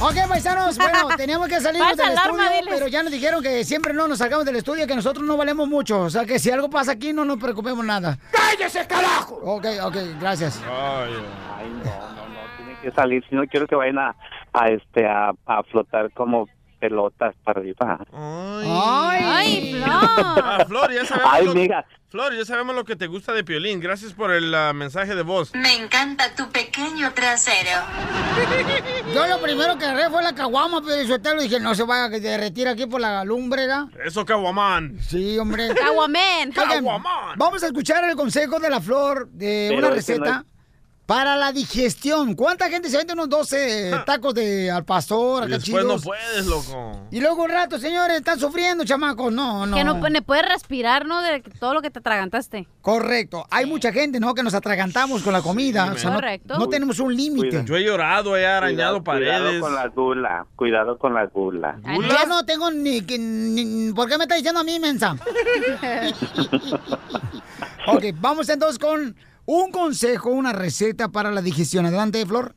Ok, paisanos, bueno, teníamos que salir del Pasa alarma, estudio, diles. pero ya nos dijeron que siempre no nos salgamos del estudio, que nosotros no valemos mucho. O sea, que si algo pasa aquí, no nos preocupemos nada. ¡Cállese, carajo! Ok, ok, gracias. Ay, no, no, no, tienen que salir. Si no quiero que vayan a, a, este, a, a flotar como pelotas para arriba. Mm. ¡Ay! Ah, Flor, ya sabemos, Ay, lo, mira. Flor, ya sabemos lo que te gusta de Piolín. Gracias por el ah, mensaje de voz. Me encanta tu pequeño trasero. Yo lo primero que agarré fue la caguama, pero el suéter dije, no se vaya a derretir aquí por la lumbre, ¿verdad? Eso, Caguamán. Sí, hombre. Caguamén. Oigan, Vamos a escuchar el consejo de la flor de Pero una es que no receta. Para la digestión. ¿Cuánta gente se vende unos 12 tacos de al pastor? Y acá después no chidos? puedes, loco. Y luego un rato, señores, están sufriendo, chamacos. No, no. Que no pu- puedes respirar, ¿no? De todo lo que te atragantaste. Correcto. Hay mucha gente, ¿no? Que nos atragantamos con la comida. o sea, no- Correcto. No, tenemos un límite. Yo he llorado, he Cuidado, arañado paredes. cuidado con la gula, cuidado con la gula. Ay, Yo no tengo ni, que- ni- ¿Por qué me está diciendo a mí, mensa? ok, vamos entonces con un consejo, una receta para la digestión. Adelante, Flor.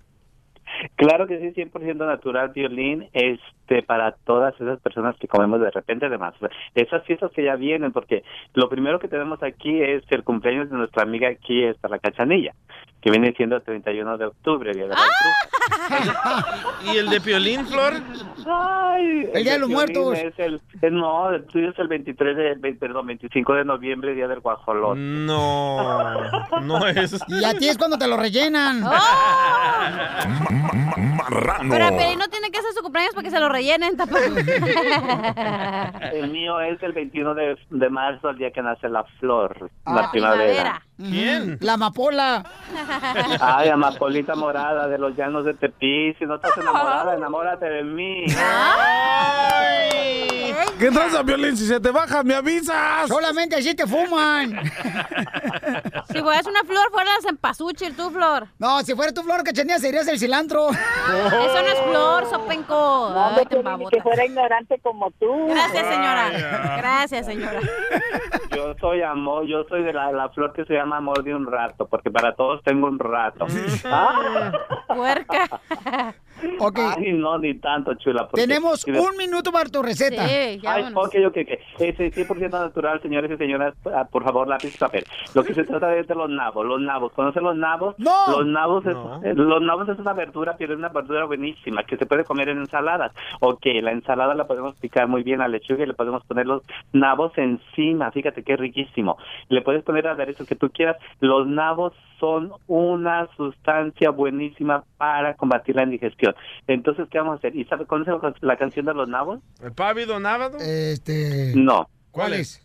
Claro que sí, 100% natural, violín, este, para todas esas personas que comemos de repente, además, esas fiestas que ya vienen, porque lo primero que tenemos aquí es el cumpleaños de nuestra amiga aquí, está la cachanilla, que viene siendo el 31 de octubre, Día de la ¿Y el de Piolín, Flor? Ay, El Día de los Piolín Muertos. Es el, es- no, el tuyo es el 23 de, ve- perdón, 25 de noviembre, Día del Guajolot. No, no es. Y a ti es cuando te lo rellenan. ¡Oh! Pero a Pelín no tiene que hacer su cumpleaños para que se lo rellenen tampoco. El mío es el 21 de, de marzo, el día que nace la flor, Ah, la primavera. ¿Quién? La amapola. Ay, amapolita morada de los llanos de Tepic, si no estás enamorada, enamórate de mí. ¿Qué tranza, Piolín? Si se te baja, me avisas. Solamente así te fuman. si fueras una flor, fueras en pasuchil, tú, flor. No, si fuera tu flor, cachanilla, serías el cilantro. Eso no es flor, sopenco. Ay, te que embabotas. fuera ignorante como tú. Gracias, señora. Gracias, señora. Yo soy amor, yo soy de la, la flor que se llama amor de un rato, porque para todos tengo un rato. Puerca. Ay, no, ni tanto, chula. porque- Tenemos un minuto para tu receta. Sí, Ay, ok, ok, ok. Es eh, 100% natural, señores y señoras. Ah, Por favor, lápiz y papel. Lo que se trata es de los nabos. Los nabos. ¿Conocen los nabos? ¡No! Los nabos es, eh, los nabos es una verdura, pero es una verdura buenísima que se puede comer en ensaladas. Ok, la ensalada la podemos picar muy bien a lechuga y le podemos poner los nabos encima. Fíjate qué riquísimo. Le puedes poner aderezos que tú quieras. Los nabos son una sustancia buenísima para combatir la indigestión. Entonces, ¿qué vamos a hacer? ¿Y sabe, conoce la, la canción de los nabos? ¿El pávido nábado? Este. No. ¿Cuál es?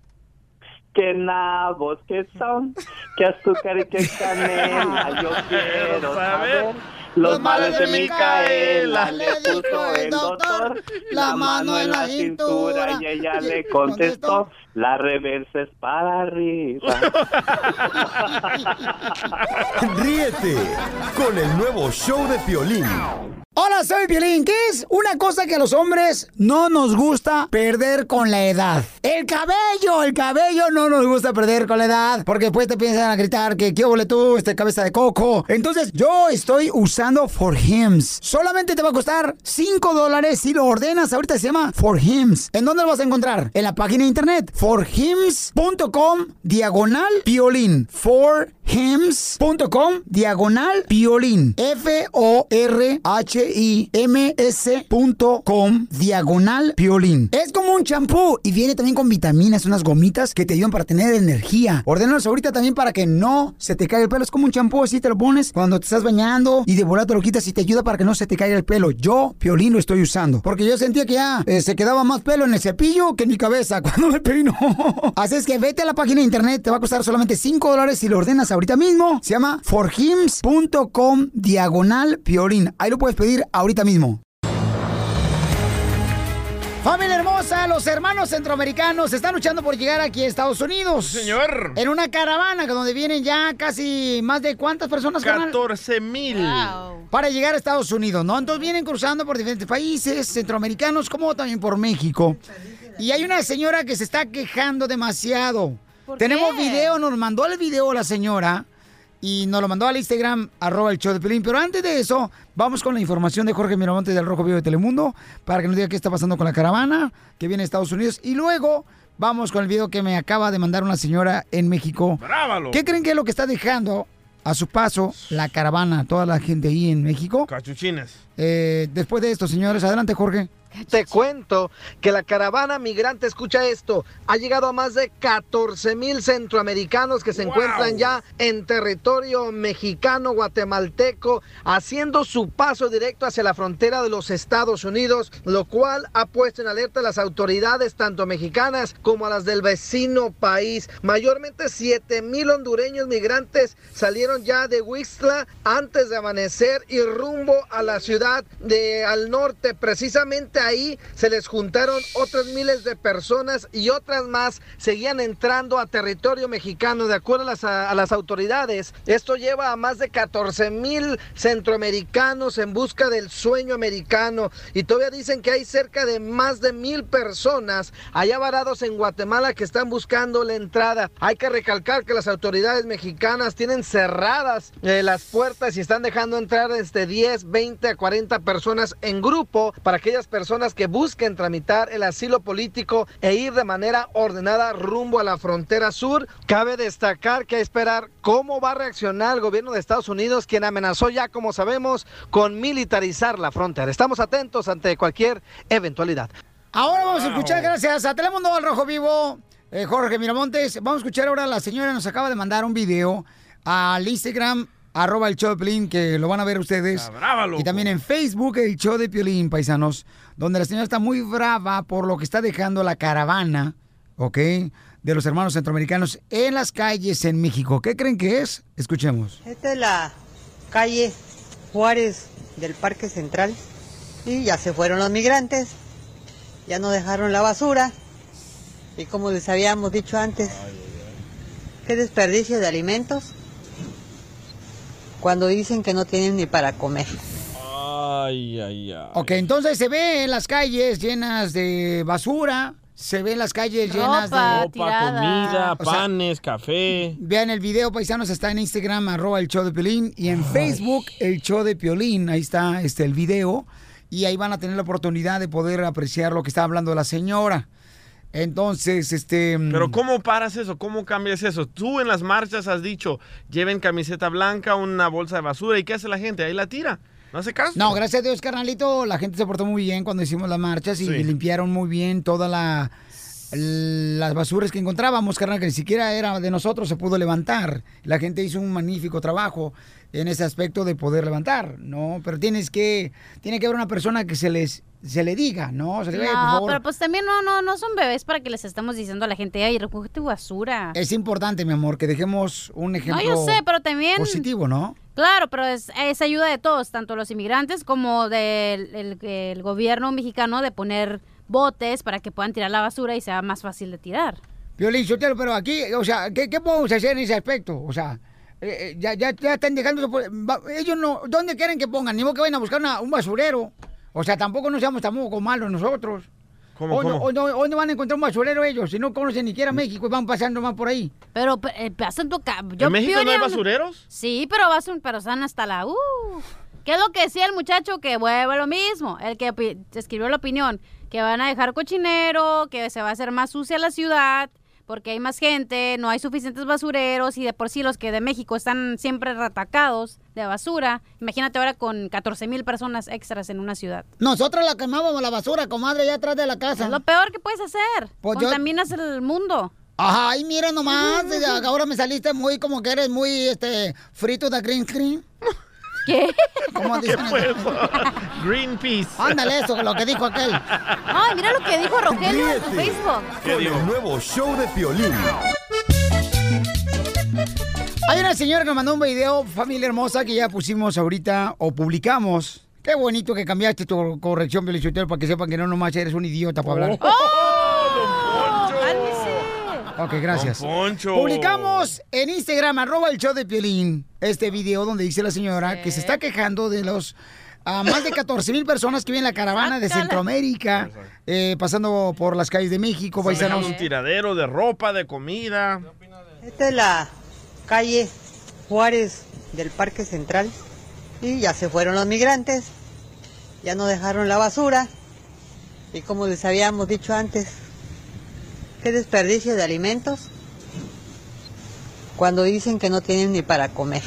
Qué nabos que son, qué azúcar y qué canela. Ah, Yo quiero saber los males de Micaela. Le puso el doctor la mano en la cintura y ella le contestó: La reversa es para arriba. Ríete con el nuevo show de Piolín. Hola, soy Piolín. ¿Qué es una cosa que a los hombres no nos gusta perder con la edad? El cabello, el cabello no nos gusta perder con la edad, porque después te piensan a gritar que qué ole tú, este cabeza de coco. Entonces, yo estoy usando For Hims. Solamente te va a costar 5 dólares si lo ordenas. Ahorita se llama For Hims. ¿En dónde lo vas a encontrar? En la página de internet, forhims.com diagonal piolín. Forhims.com diagonal piolín. F-O-R-H-I-M-S.com diagonal piolín. Es como un champú y viene también con vitaminas, unas gomitas que te ayudan para tener energía. Ordenalos ahorita también para que no se te caiga el pelo. Es como un champú, así te lo pones cuando te estás bañando y de volada te lo quitas y te ayuda para que no se te caiga el pelo. Yo, piolín, lo estoy usando. Porque yo sentía que ya eh, se quedaba más pelo en el cepillo que en mi cabeza cuando me peino. Así es que vete a la página de internet, te va a costar solamente 5 dólares si lo ordenas ahorita mismo. Se llama forhims.com diagonal piolín. Ahí lo puedes pedir ahorita mismo. Familia hermosa, los hermanos centroamericanos están luchando por llegar aquí a Estados Unidos. Señor. En una caravana que donde vienen ya casi más de cuántas personas, 14 mil. Para llegar a Estados Unidos, ¿no? Entonces vienen cruzando por diferentes países centroamericanos, como también por México. Y hay una señora que se está quejando demasiado. ¿Por Tenemos qué? video, nos mandó el video la señora y nos lo mandó al Instagram, arroba el show de Pelín. Pero antes de eso, vamos con la información de Jorge Miramontes del Rojo Vivo de Telemundo para que nos diga qué está pasando con la caravana que viene a Estados Unidos. Y luego vamos con el video que me acaba de mandar una señora en México. ¡Brábalo! ¿Qué creen que es lo que está dejando a su paso la caravana, toda la gente ahí en México? Cachuchines. Eh, después de esto, señores, adelante Jorge. Te cuento que la caravana migrante, escucha esto, ha llegado a más de 14 mil centroamericanos que se encuentran ya en territorio mexicano, guatemalteco, haciendo su paso directo hacia la frontera de los Estados Unidos, lo cual ha puesto en alerta a las autoridades, tanto mexicanas como a las del vecino país. Mayormente 7 mil hondureños migrantes salieron ya de Huixla antes de amanecer y rumbo a la ciudad de al norte. Precisamente ahí se les juntaron otras miles de personas y otras más seguían entrando a territorio mexicano. De acuerdo a las, a las autoridades, esto lleva a más de 14 mil centroamericanos en busca del sueño americano. Y todavía dicen que hay cerca de más de mil personas allá varados en Guatemala que están buscando la entrada. Hay que recalcar que las autoridades mexicanas tienen cerradas eh, las puertas y están dejando entrar desde 10, 20 a 40 personas en grupo para aquellas personas que busquen tramitar el asilo político e ir de manera ordenada rumbo a la frontera sur. Cabe destacar que hay que esperar cómo va a reaccionar el gobierno de Estados Unidos, quien amenazó ya, como sabemos, con militarizar la frontera. Estamos atentos ante cualquier eventualidad. Ahora vamos a escuchar, gracias a Telemundo al Rojo Vivo, eh, Jorge Miramontes. Vamos a escuchar ahora, la señora nos acaba de mandar un video al Instagram, arroba el show de Piolín, que lo van a ver ustedes. brava, loco. Y también en Facebook, el show de Piolín, paisanos, donde la señora está muy brava por lo que está dejando la caravana, ¿ok? De los hermanos centroamericanos en las calles en México. ¿Qué creen que es? Escuchemos. Esta es la calle Juárez del Parque Central. Y ya se fueron los migrantes, ya no dejaron la basura. Y como les habíamos dicho antes, qué desperdicio de alimentos cuando dicen que no tienen ni para comer. Ay, ay, ay. Ok, entonces se ve en las calles llenas de basura, se ve en las calles llenas de Ropa, comida, O sea, panes, café. Vean el video, paisanos, está en Instagram, arroba el show de Piolín, y en Facebook, el show de Piolín, ahí está este, el video, y ahí van a tener la oportunidad de poder apreciar lo que está hablando la señora. Entonces, este... Mm. Pero ¿cómo paras eso? ¿Cómo cambias eso? Tú en las marchas has dicho, lleven camiseta blanca, una bolsa de basura. ¿Y qué hace la gente? Ahí la tira. No hace caso. No, gracias a Dios, carnalito, la gente se portó muy bien cuando hicimos las marchas y Sí. limpiaron muy bien toda la... Las basuras que encontrábamos, carnal, que ni siquiera era de nosotros, se pudo levantar. La gente hizo un magnífico trabajo en ese aspecto de poder levantar, ¿no? Pero tienes que, tiene que haber una persona que se les, se le diga, ¿no? O sea, "Ey, por No, favor". pero pues también no, no, no son bebés para que les estemos diciendo a la gente, ay, recoge tu basura. Es importante, mi amor, que dejemos un ejemplo No, yo sé, pero también... positivo, ¿no? Claro, pero es, es ayuda de todos, tanto los inmigrantes como del el- el gobierno mexicano de poner botes para que puedan tirar la basura y sea más fácil de tirar. Violín, Sotelo, pero aquí, o sea, ¿qué, qué podemos hacer en ese aspecto? O sea, eh, eh, ya, ya, ya están dejando... por- va- Ellos no... ¿Dónde quieren que pongan? Ni modo que vayan a buscar una- un basurero. O sea, tampoco no seamos tampoco malos nosotros. ¿Cómo, Hoy no- cómo? hoy no- hoy no van a encontrar un basurero ellos? Si no conocen ni siquiera México y van pasando más por ahí. Pero eh, pasan tu ca- yo ¿En México no hay pioneando- basureros? Sí, pero basun, pero están hasta la uh. ¿Qué es lo que decía el muchacho que vuelve lo mismo? El que opi- escribió la opinión, que van a dejar cochinero, que se va a hacer más sucia la ciudad, porque hay más gente, no hay suficientes basureros y de por sí los que de México están siempre ratacados de basura. Imagínate ahora con 14 mil personas extras en una ciudad. Nosotros la quemábamos la basura, comadre, allá atrás de la casa. Lo peor que puedes hacer, Pues yo- contaminas el mundo. Ajá, y mira nomás, ahora me saliste muy como que eres muy, este, frito de green screen. ¿Qué? ¿Cómo ¿Qué dicen? fue eso? Greenpeace. Ándale, eso, lo que dijo aquel. Ay, mira lo que dijo Rogelio en su Ríete. Facebook. Con el nuevo show de Piolín. Hay una señora que nos mandó un video, familia hermosa, que ya pusimos ahorita o publicamos. Qué bonito que cambiaste tu corrección, Pelichotero, para que sepan que no nomás eres un idiota para hablar. Oh. Ok, gracias. Don Poncho. Publicamos en Instagram, arroba el show de Piolín, Ah. este video donde dice la señora que se está quejando de los a más de 14 mil personas que viven en la caravana Ah, de Centroamérica, eh, pasando por las calles de México, paisanos. Dejan un tiradero de ropa, de comida. Esta es la calle Juárez del Parque Central. Y ya se fueron los migrantes, ya no dejaron la basura. Y como les habíamos dicho antes, qué desperdicio de alimentos cuando dicen que no tienen ni para comer.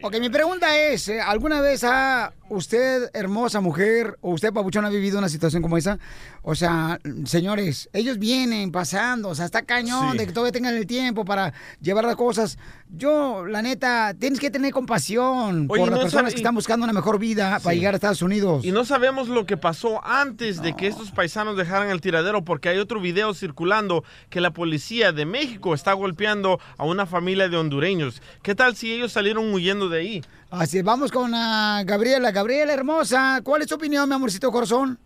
Ok, mi pregunta es, ¿eh, ¿alguna vez ha usted, hermosa mujer, o usted, Papuchón, ha vivido una situación como esa. O sea, señores, ellos vienen pasando, o sea, está cañón Sí. de que todavía tengan el tiempo para llevar las cosas. Yo, la neta, tienes que tener compasión por Oye, las no personas sabe- que están buscando una mejor vida para Sí. llegar a Estados Unidos. Y no sabemos lo que pasó antes de que estos paisanos dejaran el tiradero, porque hay otro video circulando que la policía de México está golpeando a una familia de hondureños. ¿Qué tal si ellos salieron huyendo de ahí? Así es, vamos con ah, Gabriela. Gabriela, hermosa, ¿cuál es tu opinión, mi amorcito corazón?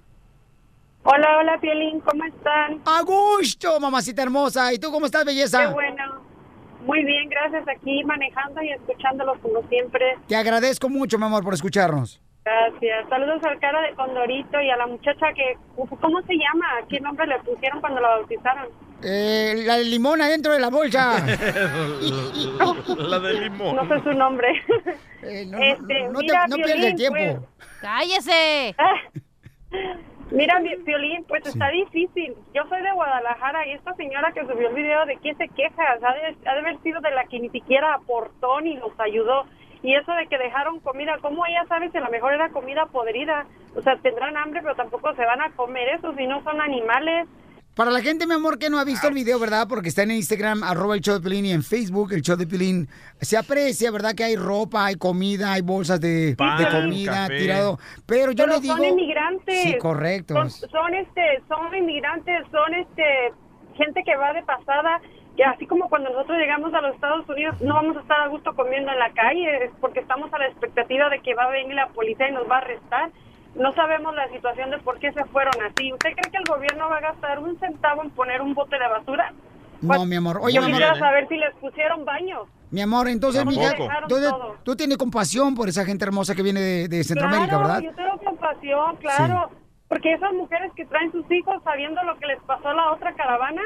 Hola, hola, Pielín, ¿cómo están? A gusto, mamacita hermosa. ¿Y tú cómo estás, belleza? Qué bueno. Muy bien, gracias aquí manejando y escuchándolos como siempre. Te agradezco mucho, mi amor, por escucharnos. Gracias. Saludos al cara de Condorito y a la muchacha que... ¿Cómo se llama? ¿Qué nombre le pusieron cuando la bautizaron? Eh, la limona dentro de la bolsa. La de limón. No sé su nombre. Eh, no, Este, no- no te- mira, no pierdas el Piolín, tiempo. ¡Cállese! Mira, vi- Piolín, pues está difícil. Yo soy de Guadalajara y esta señora que subió el video de quién se queja, ha de, ha de haber sido de la que ni siquiera aportó ni los ayudó. Y eso de que dejaron comida, ¿cómo ella sabe si a lo mejor era comida podrida? O sea, tendrán hambre, pero tampoco se van a comer eso si no son animales. Para la gente, mi amor, que no ha visto el video, ¿verdad? Porque está en Instagram, arroba el show de Pilín, y en Facebook, el show de Pilín. Se aprecia, ¿verdad? Que hay ropa, hay comida, hay bolsas de, Pan, de comida café. tirado. Pero yo le digo... son inmigrantes. Sí, correcto. Son, son, este, son inmigrantes, son este, gente que va de pasada. Que así como cuando nosotros llegamos a los Estados Unidos, no vamos a estar a gusto comiendo en la calle, es porque estamos a la expectativa de que va a venir la policía y nos va a arrestar. No sabemos la situación de por qué se fueron así. ¿Usted cree que el gobierno va a gastar un centavo en poner un bote de basura? No, mi amor. Oye, Yo mi quisiera amor, saber si les pusieron baños. mi amor, entonces, Tampoco. mija, Dejaron entonces, todo. tú tienes compasión por esa gente hermosa que viene de, de Centroamérica, claro, ¿verdad? Yo tengo compasión, claro. Porque esas mujeres que traen sus hijos sabiendo lo que les pasó a la otra caravana,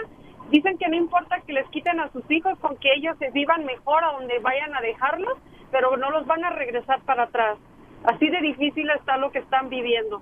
dicen que no importa que les quiten a sus hijos con que ellos se vivan mejor a donde vayan a dejarlos, pero no los van a regresar para atrás. Así de difícil está lo que están viviendo.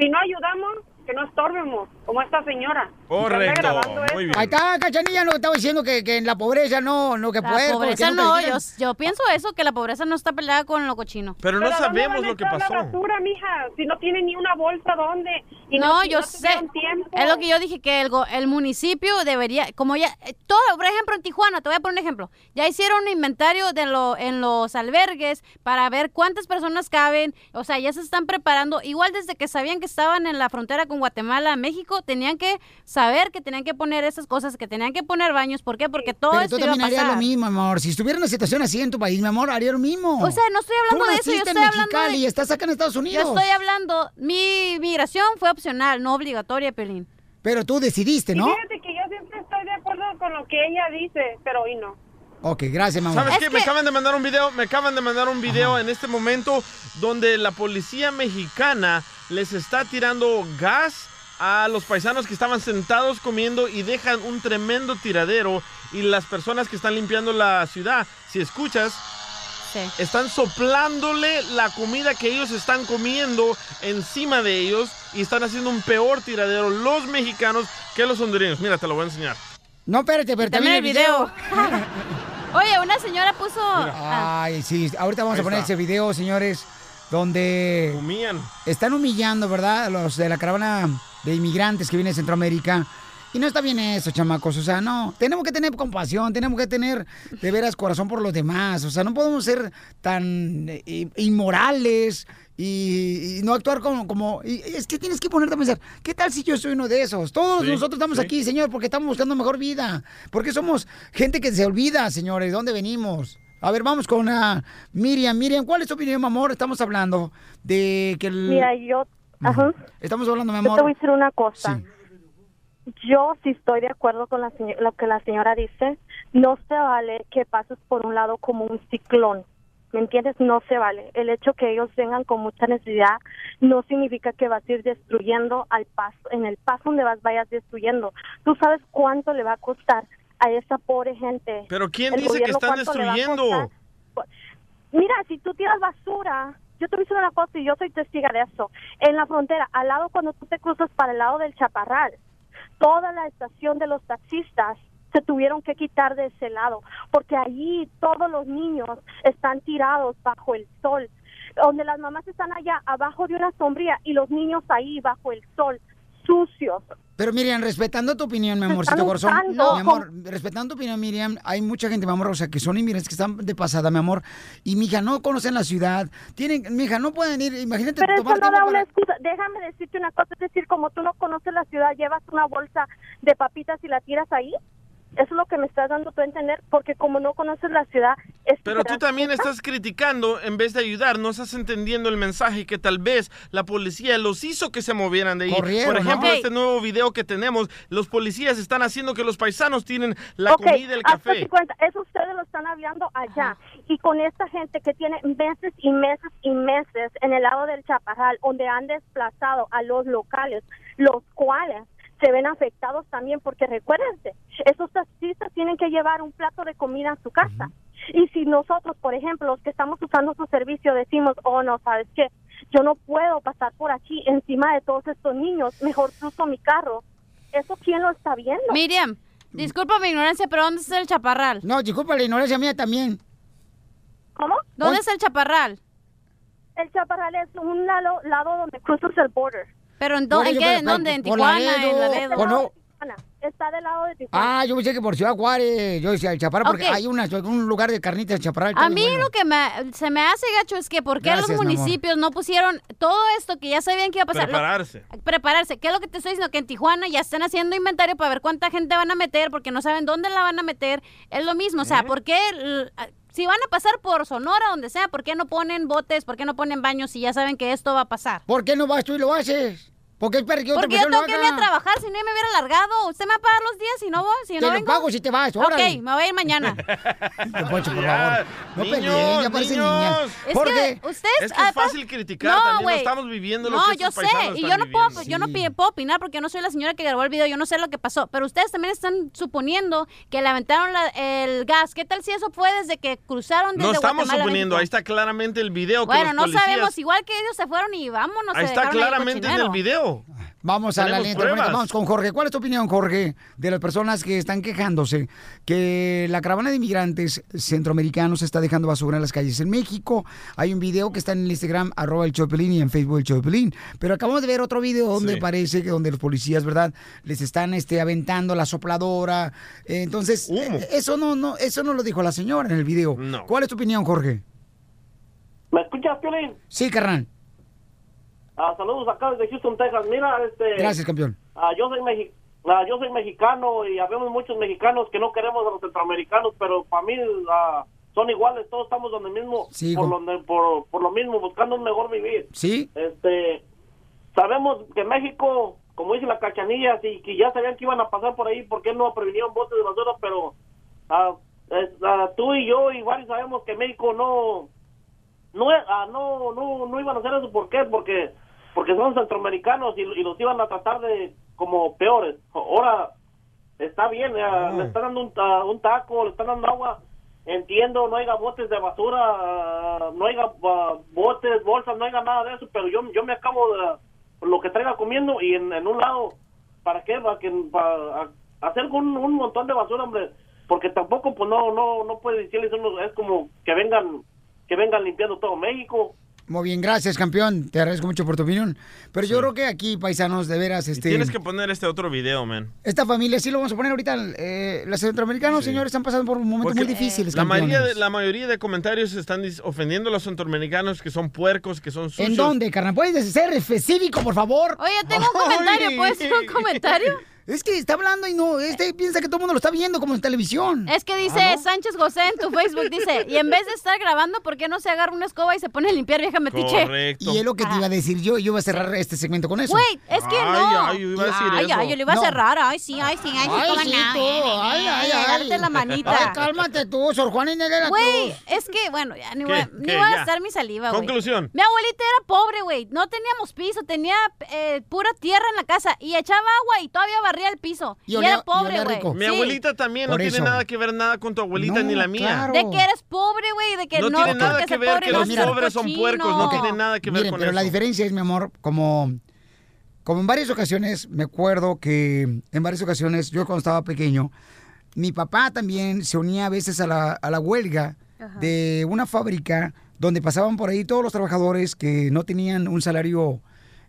Si no ayudamos, que no estorbemos, como esta señora. Correcto, muy bien. Ahí está, Cachanilla, lo que estaba diciendo, que, que en la pobreza no, no que La puerco, pobreza que no, que yo, digan. yo pienso eso, que la pobreza no está peleada con lo cochino. Pero no ¿dónde sabemos van a lo que echar pasó. La basura, mija, si no tiene ni una bolsa, ¿dónde? Y no, si yo sé. tuvieron tiempo. Es lo que yo dije, que el, go- el municipio debería, como ya, eh, todo, por ejemplo, en Tijuana, te voy a poner un ejemplo, ya hicieron un inventario de lo, en los albergues para ver cuántas personas caben, o sea, ya se están preparando, igual desde que sabían que estaban en la frontera con Guatemala, México, tenían que saber que tenían que poner esas cosas, que tenían que poner baños, ¿por qué? Porque todo Pero esto tú iba a también harías lo pasar. mismo, amor. Si estuviera una situación así en tu país, mi amor, haría lo mismo. O sea, no estoy hablando Tú de eso, yo naciste estoy en hablando Mexicali de- y estás acá en Estados Unidos. Yo estoy hablando, mi migración fue opcional, no obligatoria, Pelín. Pero tú decidiste, Y ¿no? fíjate que yo siempre estoy de acuerdo con lo que ella dice, pero hoy no. Ok, gracias, mamá. ¿Sabes qué? Me acaban de mandar un video, me acaban de mandar un video en este momento donde la policía mexicana les está tirando gas a los paisanos que estaban sentados comiendo y dejan un tremendo tiradero y las personas que están limpiando la ciudad, si escuchas, están soplándole la comida que ellos están comiendo encima de ellos y están haciendo un peor tiradero los mexicanos que los hondureños. Mira, te lo voy a enseñar. No, espérate, pero También también el video. Oye, una señora puso... Ah, Ay, sí, ahorita vamos Ahí a poner está. ese video, señores, donde están humillando, ¿verdad? A Los de la caravana de inmigrantes que viene de Centroamérica. Y no está bien eso, chamacos. O sea, no, tenemos que tener compasión, tenemos que tener de veras corazón por los demás. O sea, no podemos ser tan eh, in- inmorales y, y no actuar como... como y- y es que tienes que ponerte a pensar, ¿qué tal si yo soy uno de esos? Todos Sí, nosotros estamos sí. aquí, señor, porque estamos buscando mejor vida. Porque somos gente que se olvida, señores, ¿dónde venimos? A ver, vamos con ah, Miriam. Miriam, ¿cuál es tu opinión, mi amor? Estamos hablando de que el... Mira, yo, ajá, Estamos hablando, Mm. mi yo te voy a amor. decir una cosa. Yo sí estoy de acuerdo con la seño- lo que la señora dice. No se vale que pases por un lado como un ciclón. ¿Me entiendes? No se vale. El hecho que ellos vengan con mucha necesidad no significa que vas a ir destruyendo al paso, en el paso donde vas vayas destruyendo. Tú sabes cuánto le va a costar a esa pobre gente. Pero ¿quién El dice que gobierno están cuánto le va a destruyendo? Mira, si tú tiras basura, yo te voy a decir una cosa y yo soy testiga de eso. En la frontera, al lado cuando tú te cruzas para el lado del Chaparral, toda la estación de los taxistas se tuvieron que quitar de ese lado, porque allí todos los niños están tirados bajo el sol. donde las mamás están allá abajo de una sombría y los niños ahí bajo el sol, sucios. Pero Miriam, respetando tu opinión, mi Se amorcito están corazón. usando. mi amor, respetando tu opinión, Miriam, hay mucha gente, mi amor, o sea, que son inmigrantes que están de pasada, mi amor. Y mija, no conocen la ciudad. Tienen, mija, no pueden ir, imagínate Pero eso tomar no tiempo da una para- excusa. Déjame decirte una cosa, es decir, como tú no conoces la ciudad, llevas una bolsa de papitas y la tiras ahí. Eso es lo que me estás dando tú a entender, porque como no conoces la ciudad, es Pero tú también estás criticando en vez de ayudar, no estás entendiendo el mensaje que tal vez la policía los hizo que se movieran de ahí. Corrieron, Por ejemplo, ¿no? este nuevo video que tenemos, los policías están haciendo que los paisanos tienen la Ok, comida y el hazte café. cuenta, eso ustedes lo están hablando allá. Y con esta gente que tiene meses y meses y meses en el lado del Chaparral, donde han desplazado a los locales, los cuales se ven afectados también, porque recuérdense, esos taxistas tienen que llevar un plato de comida a su casa. Y si nosotros, por ejemplo, los que estamos usando su servicio, decimos, oh, no, ¿sabes qué? Yo no puedo pasar por aquí encima de todos estos niños, mejor cruzo mi carro. ¿Eso quién lo está viendo? Miriam, disculpa mi ignorancia, pero ¿dónde está el chaparral? No, disculpa la ignorancia mía también. ¿Cómo? ¿Dónde está el chaparral? El Chaparral es un lado, lado donde cruzas el border. ¿Pero en, dó- Por en eso, qué? pero- ¿En pero- dónde? ¿En por Tijuana? ¿En Laredo, Laredo? ¿o no? Ana, está del lado de Tijuana. Ah, yo pensé que por Ciudad Juárez, yo decía el Chaparral, porque Ok. hay una, un lugar de carnitas de Chaparral. está A mí bien bueno. lo que me- se me hace gacho es que ¿por qué Gracias, los mi amor. municipios no pusieron todo esto que ya sabían que iba a pasar? Lo- Prepararse. prepararse. ¿Qué es lo que te estoy diciendo? Que en Tijuana ya están haciendo inventario para ver cuánta gente van a meter porque no saben dónde la van a meter. Es lo mismo, o Eh. sea, ¿por qué l- a- si van a pasar por Sonora, donde sea, ¿por qué no ponen botes? ¿Por qué no ponen baños si ya saben que esto va a pasar? ¿Por qué no vas tú y lo haces? Porque espera que otra Porque yo persona lo tengo que irme haga. a trabajar, si no me hubiera largado. ¿Usted me va a pagar los días si no voy? Si Te no lo vengo? pago si te vas, órale. Ok, me voy a ir mañana. Don Poncho, por Ya, favor. No niños, peleen, ya parecen niños. niñas. Es ¿Por que qué? ustedes, Es que es ah, pa- fácil criticar, también no güey. estamos viviendo lo No, que estos yo sé, paisanos y están yo no, puedo, viviendo. yo no pi- puedo opinar porque yo no soy la señora que grabó el video, yo no sé lo que pasó, pero ustedes también están suponiendo que le aventaron la- el gas. ¿Qué tal si eso fue desde que cruzaron desde No estamos Guatemala a México? suponiendo, ahí está claramente el video que Bueno, los no policías... sabemos, igual que ellos se fueron y vámonos. ahí se está dejaron claramente en el cochinero. video. Vamos a la Tenemos línea pruebas. telefónica. Vamos con Jorge. ¿Cuál es tu opinión, Jorge, de las personas que están quejándose que la caravana de inmigrantes centroamericanos está dejando basura en las calles en México? Hay un video que está en el Instagram, arroba el Chopelín y en Facebook el Chopelín. Pero acabamos de ver otro video donde Sí. parece que donde los policías, ¿verdad? Les están este, aventando la sopladora. Eh, Entonces, eh, eso no, no, eso no lo dijo la señora en el video. ¿Cuál es tu opinión, Jorge? ¿Me escuchas, Piolín? Sí, carnal. Ah, saludos acá desde Houston, Texas. Mira, este... Gracias, campeón. Ah, yo soy mexi- ah, yo soy mexicano y habemos muchos mexicanos que no queremos a los centroamericanos, pero para mí ah, son iguales, todos estamos donde mismo, Sí, por, hijo. lo, por, por lo mismo, buscando un mejor vivir. Sí. Este, sabemos que México, como dice la cachanilla, si que ya sabían que iban a pasar por ahí, porque no previnieron botes de basura, pero ah, es- ah, tú y yo igual sabemos que México no no, es- ah, no no no iban a hacer eso, ¿por qué? Porque porque son centroamericanos y, y los iban a tratar de como peores. Ahora está bien, ah, le están dando un, ta- un taco, le están dando agua. Entiendo, no haya botes de basura, ah, no haya ah, botes, bolsas, no haya nada de eso, pero yo, yo me acabo de lo que traiga comiendo y en, en un lado, ¿para qué? Para, que, para a- hacer un, un montón de basura, hombre, porque tampoco, pues no, no, no puede decirles, uno, es como que vengan, que vengan limpiando todo México. Muy bien, gracias, campeón. Te agradezco mucho por tu opinión. Pero yo creo que aquí, paisanos, de veras, este. Tienes que poner este otro video, man. Esta familia sí lo vamos a poner ahorita. eh, los centroamericanos, señores, están pasando por momentos Porque muy difíciles. La mayoría, de, campeones. la mayoría de comentarios están dis- ofendiendo a los centroamericanos que son puercos, que son sucios. ¿En dónde, carnal? ¿Puedes ser específico, por favor? Oye, tengo un comentario, ¿puedes hacer un comentario? Es que está hablando y no, este piensa que todo el mundo lo está viendo como en televisión. Es que dice Sánchez José en tu Facebook, dice, y en vez de estar grabando, ¿por qué no se agarra una escoba y se pone a limpiar, vieja metiche? Y es lo que te iba a decir yo, yo iba a cerrar este segmento con eso. Güey, es que no. ay, ay, yo le iba a No. cerrar. Ay, sí, ay, sí, ay, Ay, sí, cómo sí, no, tú, eh, eh, ay, eh, ay, darte ay. la manita. Ay, cálmate tú, Sor Juana Inés de la Güey, Cruz. es que, bueno, ya ni ¿Qué? voy, a- ni ¿Qué? voy a Ya. gastar mi saliva, güey. Conclusión. Mi abuelita era pobre, güey. No teníamos piso, tenía eh, pura tierra en la casa y echaba agua y todavía barría el piso. Y, era pobre, güey. Mi Sí. abuelita también Por no eso. tiene nada que ver nada con tu abuelita ni la mía. De que eres pobre, güey, de que No no, tiene porque nada que ser ver pobre que no los seas pobres son cochino. puercos, no tiene nada que ver Miren, con pero la eso. diferencia es, mi amor, como, como en varias ocasiones, me acuerdo que en varias ocasiones, yo cuando estaba pequeño, mi papá también se unía a veces a la, a la huelga Ajá. de una fábrica donde pasaban por ahí todos los trabajadores que no tenían un salario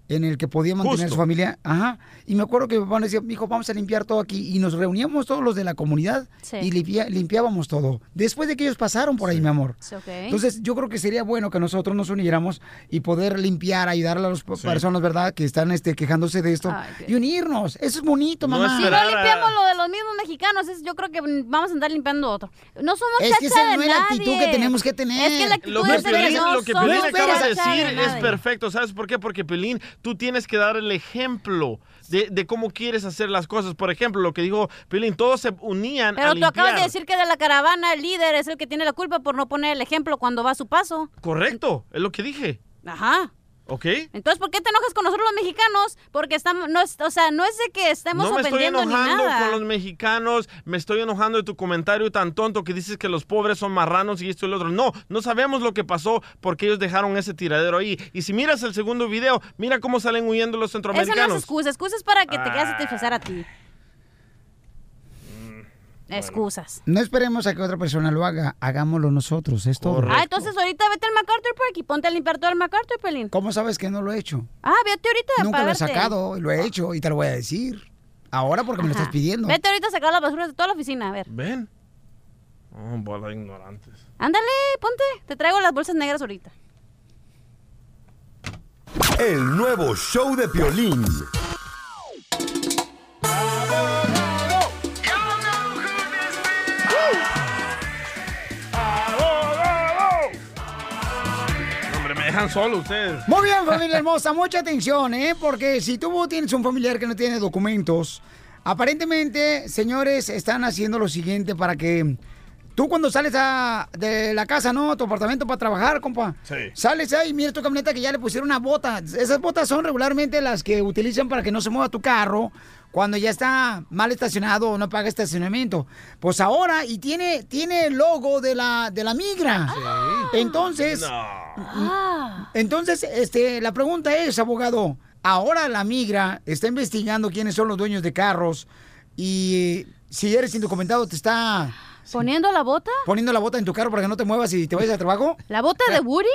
en el que podían mantener a su Justo. familia. Ajá. Y me acuerdo que mi papá nos decía, hijo, vamos a limpiar todo aquí. Y nos reuníamos todos los de la comunidad Sí. y limpia- limpiábamos todo. Después de que ellos pasaron por ahí, mi amor. Sí, ok. Entonces, yo creo que sería bueno que nosotros nos uniéramos y poder limpiar, ayudar a las po- personas, ¿verdad?, que están este, quejándose de esto. Ay, y unirnos. Eso es bonito, No mamá. si no limpiamos lo de los mismos mexicanos, es- yo creo que mm, vamos a andar limpiando otro. No somos Es que chacha esa de no es la nadie. actitud que tenemos que tener. Es que la actitud Lo que es de que Piolín, no lo que somos Piolín acaba de chacha decir es nadie. perfecto. ¿Sabes por qué? Porque Piolín, tú tienes que dar el ejemplo de, de cómo quieres hacer las cosas. Por ejemplo, lo que dijo Piolín, todos se unían a Pero tú limpiar. acabas de decir que de la caravana el líder es el que tiene la culpa por no poner el ejemplo cuando va a su paso. Correcto, es lo que dije. Ajá. ¿Ok? Entonces, ¿por qué te enojas con nosotros los mexicanos? Porque estamos, no es, o sea, no es de que estemos No me estoy ofendiendo ni enojando nada. con los mexicanos, me estoy enojando de tu comentario tan tonto que dices que los pobres son marranos y esto y lo otro. No, no sabemos lo que pasó porque ellos dejaron ese tiradero ahí. Y si miras el segundo video, mira cómo salen huyendo los Esa no es centroamericanos. excusa, excusa es para que te quieras Ah. Mm, satisfacer a ti. Excusas. No esperemos a que otra persona lo haga, hagámoslo nosotros, es todo. Ah, entonces ahorita vete al MacArthur Park y ponte a limpiar todo el MacArthur, Pelín. ¿Cómo sabes que no lo he hecho? Ah, vete ahorita a Nunca lo he pagarte. sacado, lo he hecho y te lo voy a decir. Ahora porque me lo estás pidiendo. Vete ahorita a sacar las basuras de toda la oficina, a ver. Ven. Oh, bola de ignorantes. Ándale, ponte, te traigo las bolsas negras ahorita. El nuevo show de Piolín. No, hombre, me dejan solo ustedes. Muy bien, familia hermosa, mucha atención, ¿eh? Porque si tú tienes un familiar que no tiene documentos, aparentemente, señores, están haciendo lo siguiente para que tú cuando sales a- de la casa, ¿no? A tu apartamento para trabajar, compa. Sí. Sales ahí, mira tu camioneta que ya le pusieron una bota. Esas botas son regularmente las que utilizan para que no se mueva tu carro cuando ya está mal estacionado o no paga estacionamiento. Pues ahora, y tiene, tiene el logo de la, de la migra. Entonces, Ah. entonces, este, la pregunta es, abogado, ahora la migra está investigando quiénes son los dueños de carros y si eres indocumentado te está... ¿Poniendo la bota? ¿Poniendo la bota en tu carro para que no te muevas y te vayas a trabajo? ¿La bota de Woody?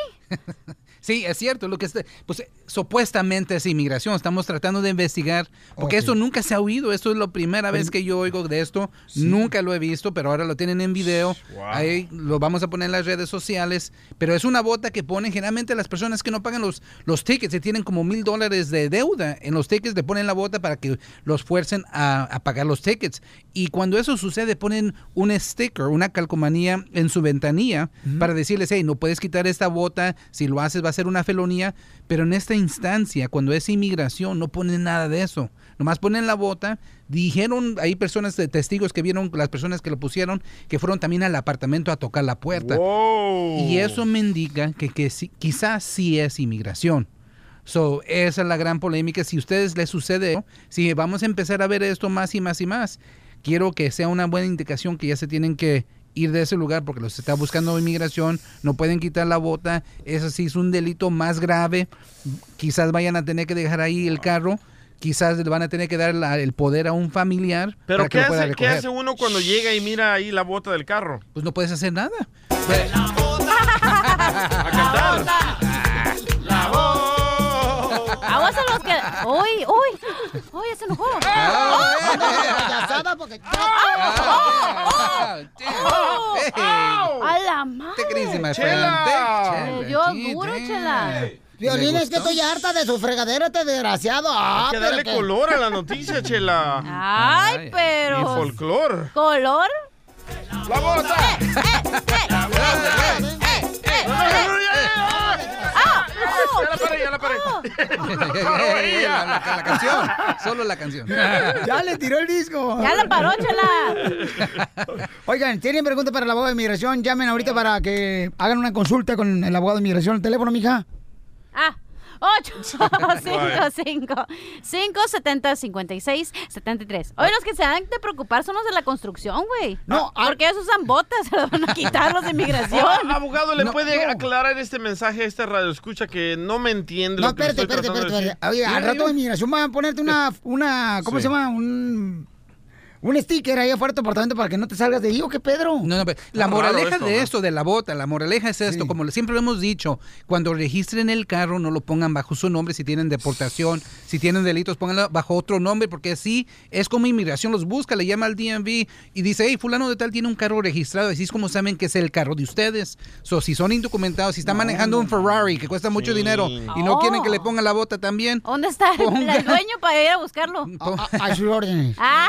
Sí, es cierto, lo que está, pues eh, supuestamente es inmigración, estamos tratando de investigar, porque esto nunca se ha oído, esto es la primera vez que yo oigo de esto, nunca lo he visto, pero ahora lo tienen en video, ahí lo vamos a poner en las redes sociales, pero es una bota que ponen generalmente las personas que no pagan los, los tickets, que tienen como mil dólares de deuda en los tickets, le ponen la bota para que los fuercen a, a pagar los tickets, y cuando eso sucede ponen un sticker, una calcomanía en su ventanilla para decirles, hey, no puedes quitar esta bota, si lo haces va a ser una felonía, pero en esta instancia, cuando es inmigración, no ponen nada de eso, nomás ponen la bota, dijeron, hay personas, eh, testigos que vieron, las personas que lo pusieron, que fueron también al apartamento a tocar la puerta. Y eso me indica que, que sí- quizás sí es inmigración. So, esa es la gran polémica. Si a ustedes les sucede, ¿no? si vamos a empezar a ver esto más y más y más, quiero que sea una buena indicación que ya se tienen que ir de ese lugar porque los está buscando inmigración, no pueden quitar la bota, eso sí es un delito más grave, quizás vayan a tener que dejar ahí el carro, quizás le van a tener que dar la- el poder a un familiar. Pero para que ¿qué lo pueda hace, qué recoger. hace uno cuando llega y mira ahí la bota del carro? Pues, Pues no puedes hacer nada. Aguas a los que... ¡Uy, uy! ¡Uy, se enojó! ¡Ah! ¡A ¡Ah! la madre! Te crees, my friend. Chela. Te- Le dio chela, duro, chela. chela. ¿Le Violín, Ah. es que gustó? estoy harta de su fregadera, este desgraciado. Ah, Hay que pero darle que- color a la noticia, Chela. Ay, pero- Y folclor. ¿Color? ¡La bota! ¡Eh! ¡Ah! Ya la paré, ya la paré. Oh. la, la- la canción, solo la canción. Ya le tiró el disco. Ya la paró, Oigan, ¿tienen preguntas para el abogado de inmigración? Llamen Eh. ahorita para que hagan una consulta con el abogado de inmigración. ¿El teléfono, mija? Ah, 855-570-5673. Hoy los que se han de preocupar son los de la construcción, güey. No, porque ellos usan botas, se las van a quitar los de inmigración. Oh, abogado, ¿le puede aclarar este mensaje a este radio escucha que no me entiende No, lo que le espérate, estoy espérate, espérate. espérate. tratando de Oye, decir? al rato de inmigración van a ponerte una, una ¿cómo se llama? Un... un sticker ahí afuera de tu apartamento para que no te salgas de ahí, ¿o qué, Pedro? Ah, No, no, pero la moraleja de esto, de la bota, la moraleja es esto, como siempre lo hemos dicho, cuando registren el carro no lo pongan bajo su nombre si tienen deportación, si tienen delitos, pónganlo bajo otro nombre, porque así es como inmigración los busca, le llama al DMV y dice, hey, fulano de tal tiene un carro registrado, así es como saben que es el carro de ustedes. So, si son indocumentados, si están manejando un Ferrari que cuesta mucho dinero y no Oh. quieren que le pongan la bota también. ¿Dónde está el, Ponga- el dueño para ir a buscarlo? A sus órdenes. Ah,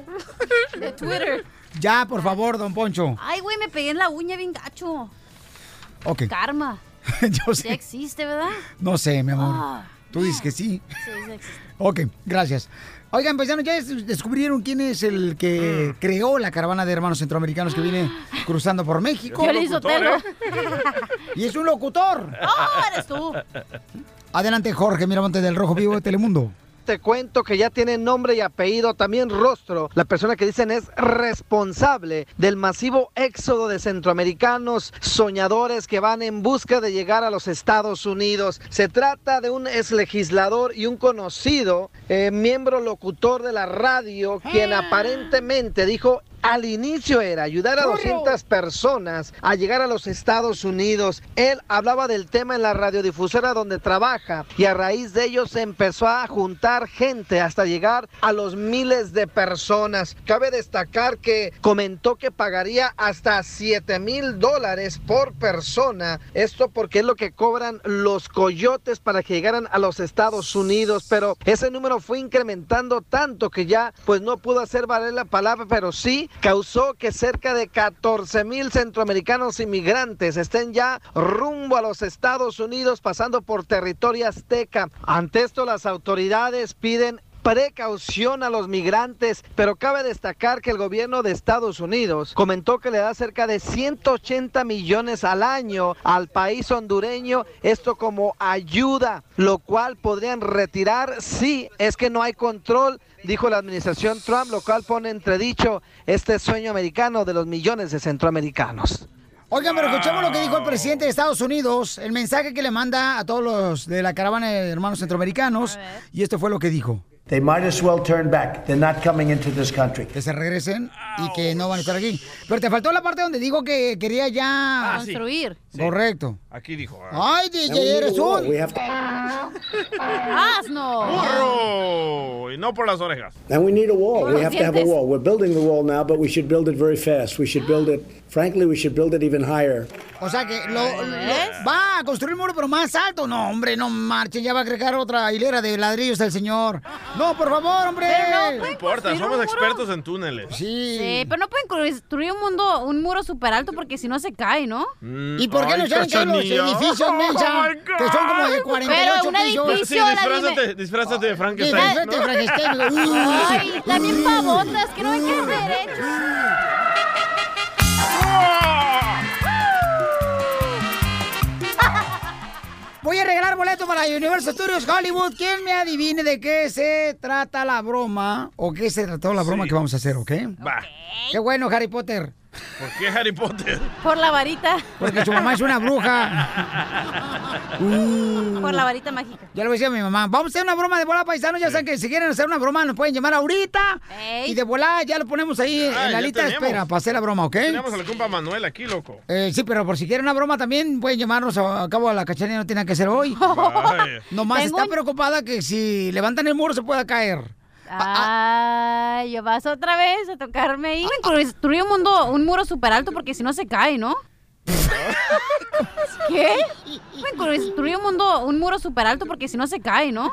De Twitter. Ya, por favor, don Poncho, Ay, güey, me pegué en la uña bien gacho. ok, Karma. yo Ya sé, existe, ¿verdad? no sé, mi amor, Ah. tú dices que sí, Sí, sí existe. ok, gracias. Oigan, pues ya des- descubrieron quién es el que creó la caravana de hermanos centroamericanos que viene cruzando por México. Piolín Sotelo. ¿eh? Y es un locutor. ¡Oh, eres tú! Adelante, Jorge Miramonte del Rojo Vivo de Telemundo. Te cuento que ya tiene nombre y apellido, también rostro. La persona que dicen es responsable del masivo éxodo de centroamericanos soñadores que van en busca de llegar a los Estados Unidos. Se trata de un ex legislador y un conocido eh, miembro locutor de la radio, quien aparentemente dijo al inicio era ayudar a 200 personas a llegar a los Estados Unidos. Él hablaba del tema en la radiodifusora donde trabaja y a raíz de ello se empezó a juntar gente hasta llegar a los miles de personas. Cabe destacar que comentó que pagaría hasta 7 mil dólares por persona. Esto porque es lo que cobran los coyotes para que llegaran a los Estados Unidos. Pero ese número fue incrementando tanto que ya pues no pudo hacer valer la palabra, pero sí causó que cerca de 14 mil centroamericanos inmigrantes estén ya rumbo a los Estados Unidos pasando por territorio azteca. Ante esto las autoridades piden precaución a los migrantes, pero cabe destacar que el gobierno de Estados Unidos comentó que le da cerca de 180 millones al año al país hondureño, esto como ayuda, lo cual podrían retirar si es que no hay control, dijo la administración Trump, lo cual pone entredicho este sueño americano de los millones de centroamericanos. Oigan, pero escuchemos lo que dijo el presidente de Estados Unidos, el mensaje que le manda a todos los de la caravana de hermanos centroamericanos, y esto fue lo que dijo. They might as well turn back. They're not coming into this country. Que se regresen y que no van a estar aquí. Pero te faltó la parte donde dijo que quería ya Ah, sí. Construir. Correcto. Aquí dijo. Ay, DJ, eres un... ¡Asno! ¡Burro! Y no por las orejas. Now we need a wall. We Por los have to have a dientes. wall. We're building the wall now, but we should build it very fast. We should build it, frankly, we should build it even higher. O sea que lo, lo- va a construir el muro, pero más alto. No, hombre, no marchen, ya va a crear otra hilera de ladrillos el señor. No, por favor, hombre. pues. No importa, somos expertos en túneles. Sí. Sí, pero no pueden construir un mundo, un muro súper alto porque si no se cae, ¿no? Mm, ¿Y por qué no saben que hay los edificios, Oh mensa? que son como de 48 Pero un pisos. edificio, Sí, disfrázate, disfrázate de Frankenstein. Disfrázate de Frankenstein, digo, Eh, "Uh". Ay, también pavotas, que no hay que hacer derecho. Voy a regalar boleto para Universal Studios Hollywood. ¿Quién me adivine de qué se trata la broma? ¿O qué se trató la broma que vamos a hacer, ok? Va. Qué bueno, Harry Potter. ¿Por qué Harry Potter? Por la varita. Porque su mamá es una bruja. Uh. Por la varita mágica. Ya lo decía mi mamá. Vamos a hacer una broma de bola paisano. Ya saben que si quieren hacer una broma nos pueden llamar ahorita. Y de volada ya lo ponemos ahí Ah, en ya la lista de tenemos. espera para hacer la broma, ¿ok? Tenemos al compa Manuel aquí, loco. Eh, sí, pero por si quieren una broma también pueden llamarnos a, a cabo a la cachanilla, no tiene que ser hoy. Vaya. Nomás Tengo está un- preocupada que si levantan el muro se pueda caer. ah, Ay, ya vas otra vez a tocarme ahí. Pueden construir un mundo, un muro súper alto porque si no se cae, ¿no? ¿Qué? Pueden construir un mundo, un muro súper alto porque si no se cae, ¿no?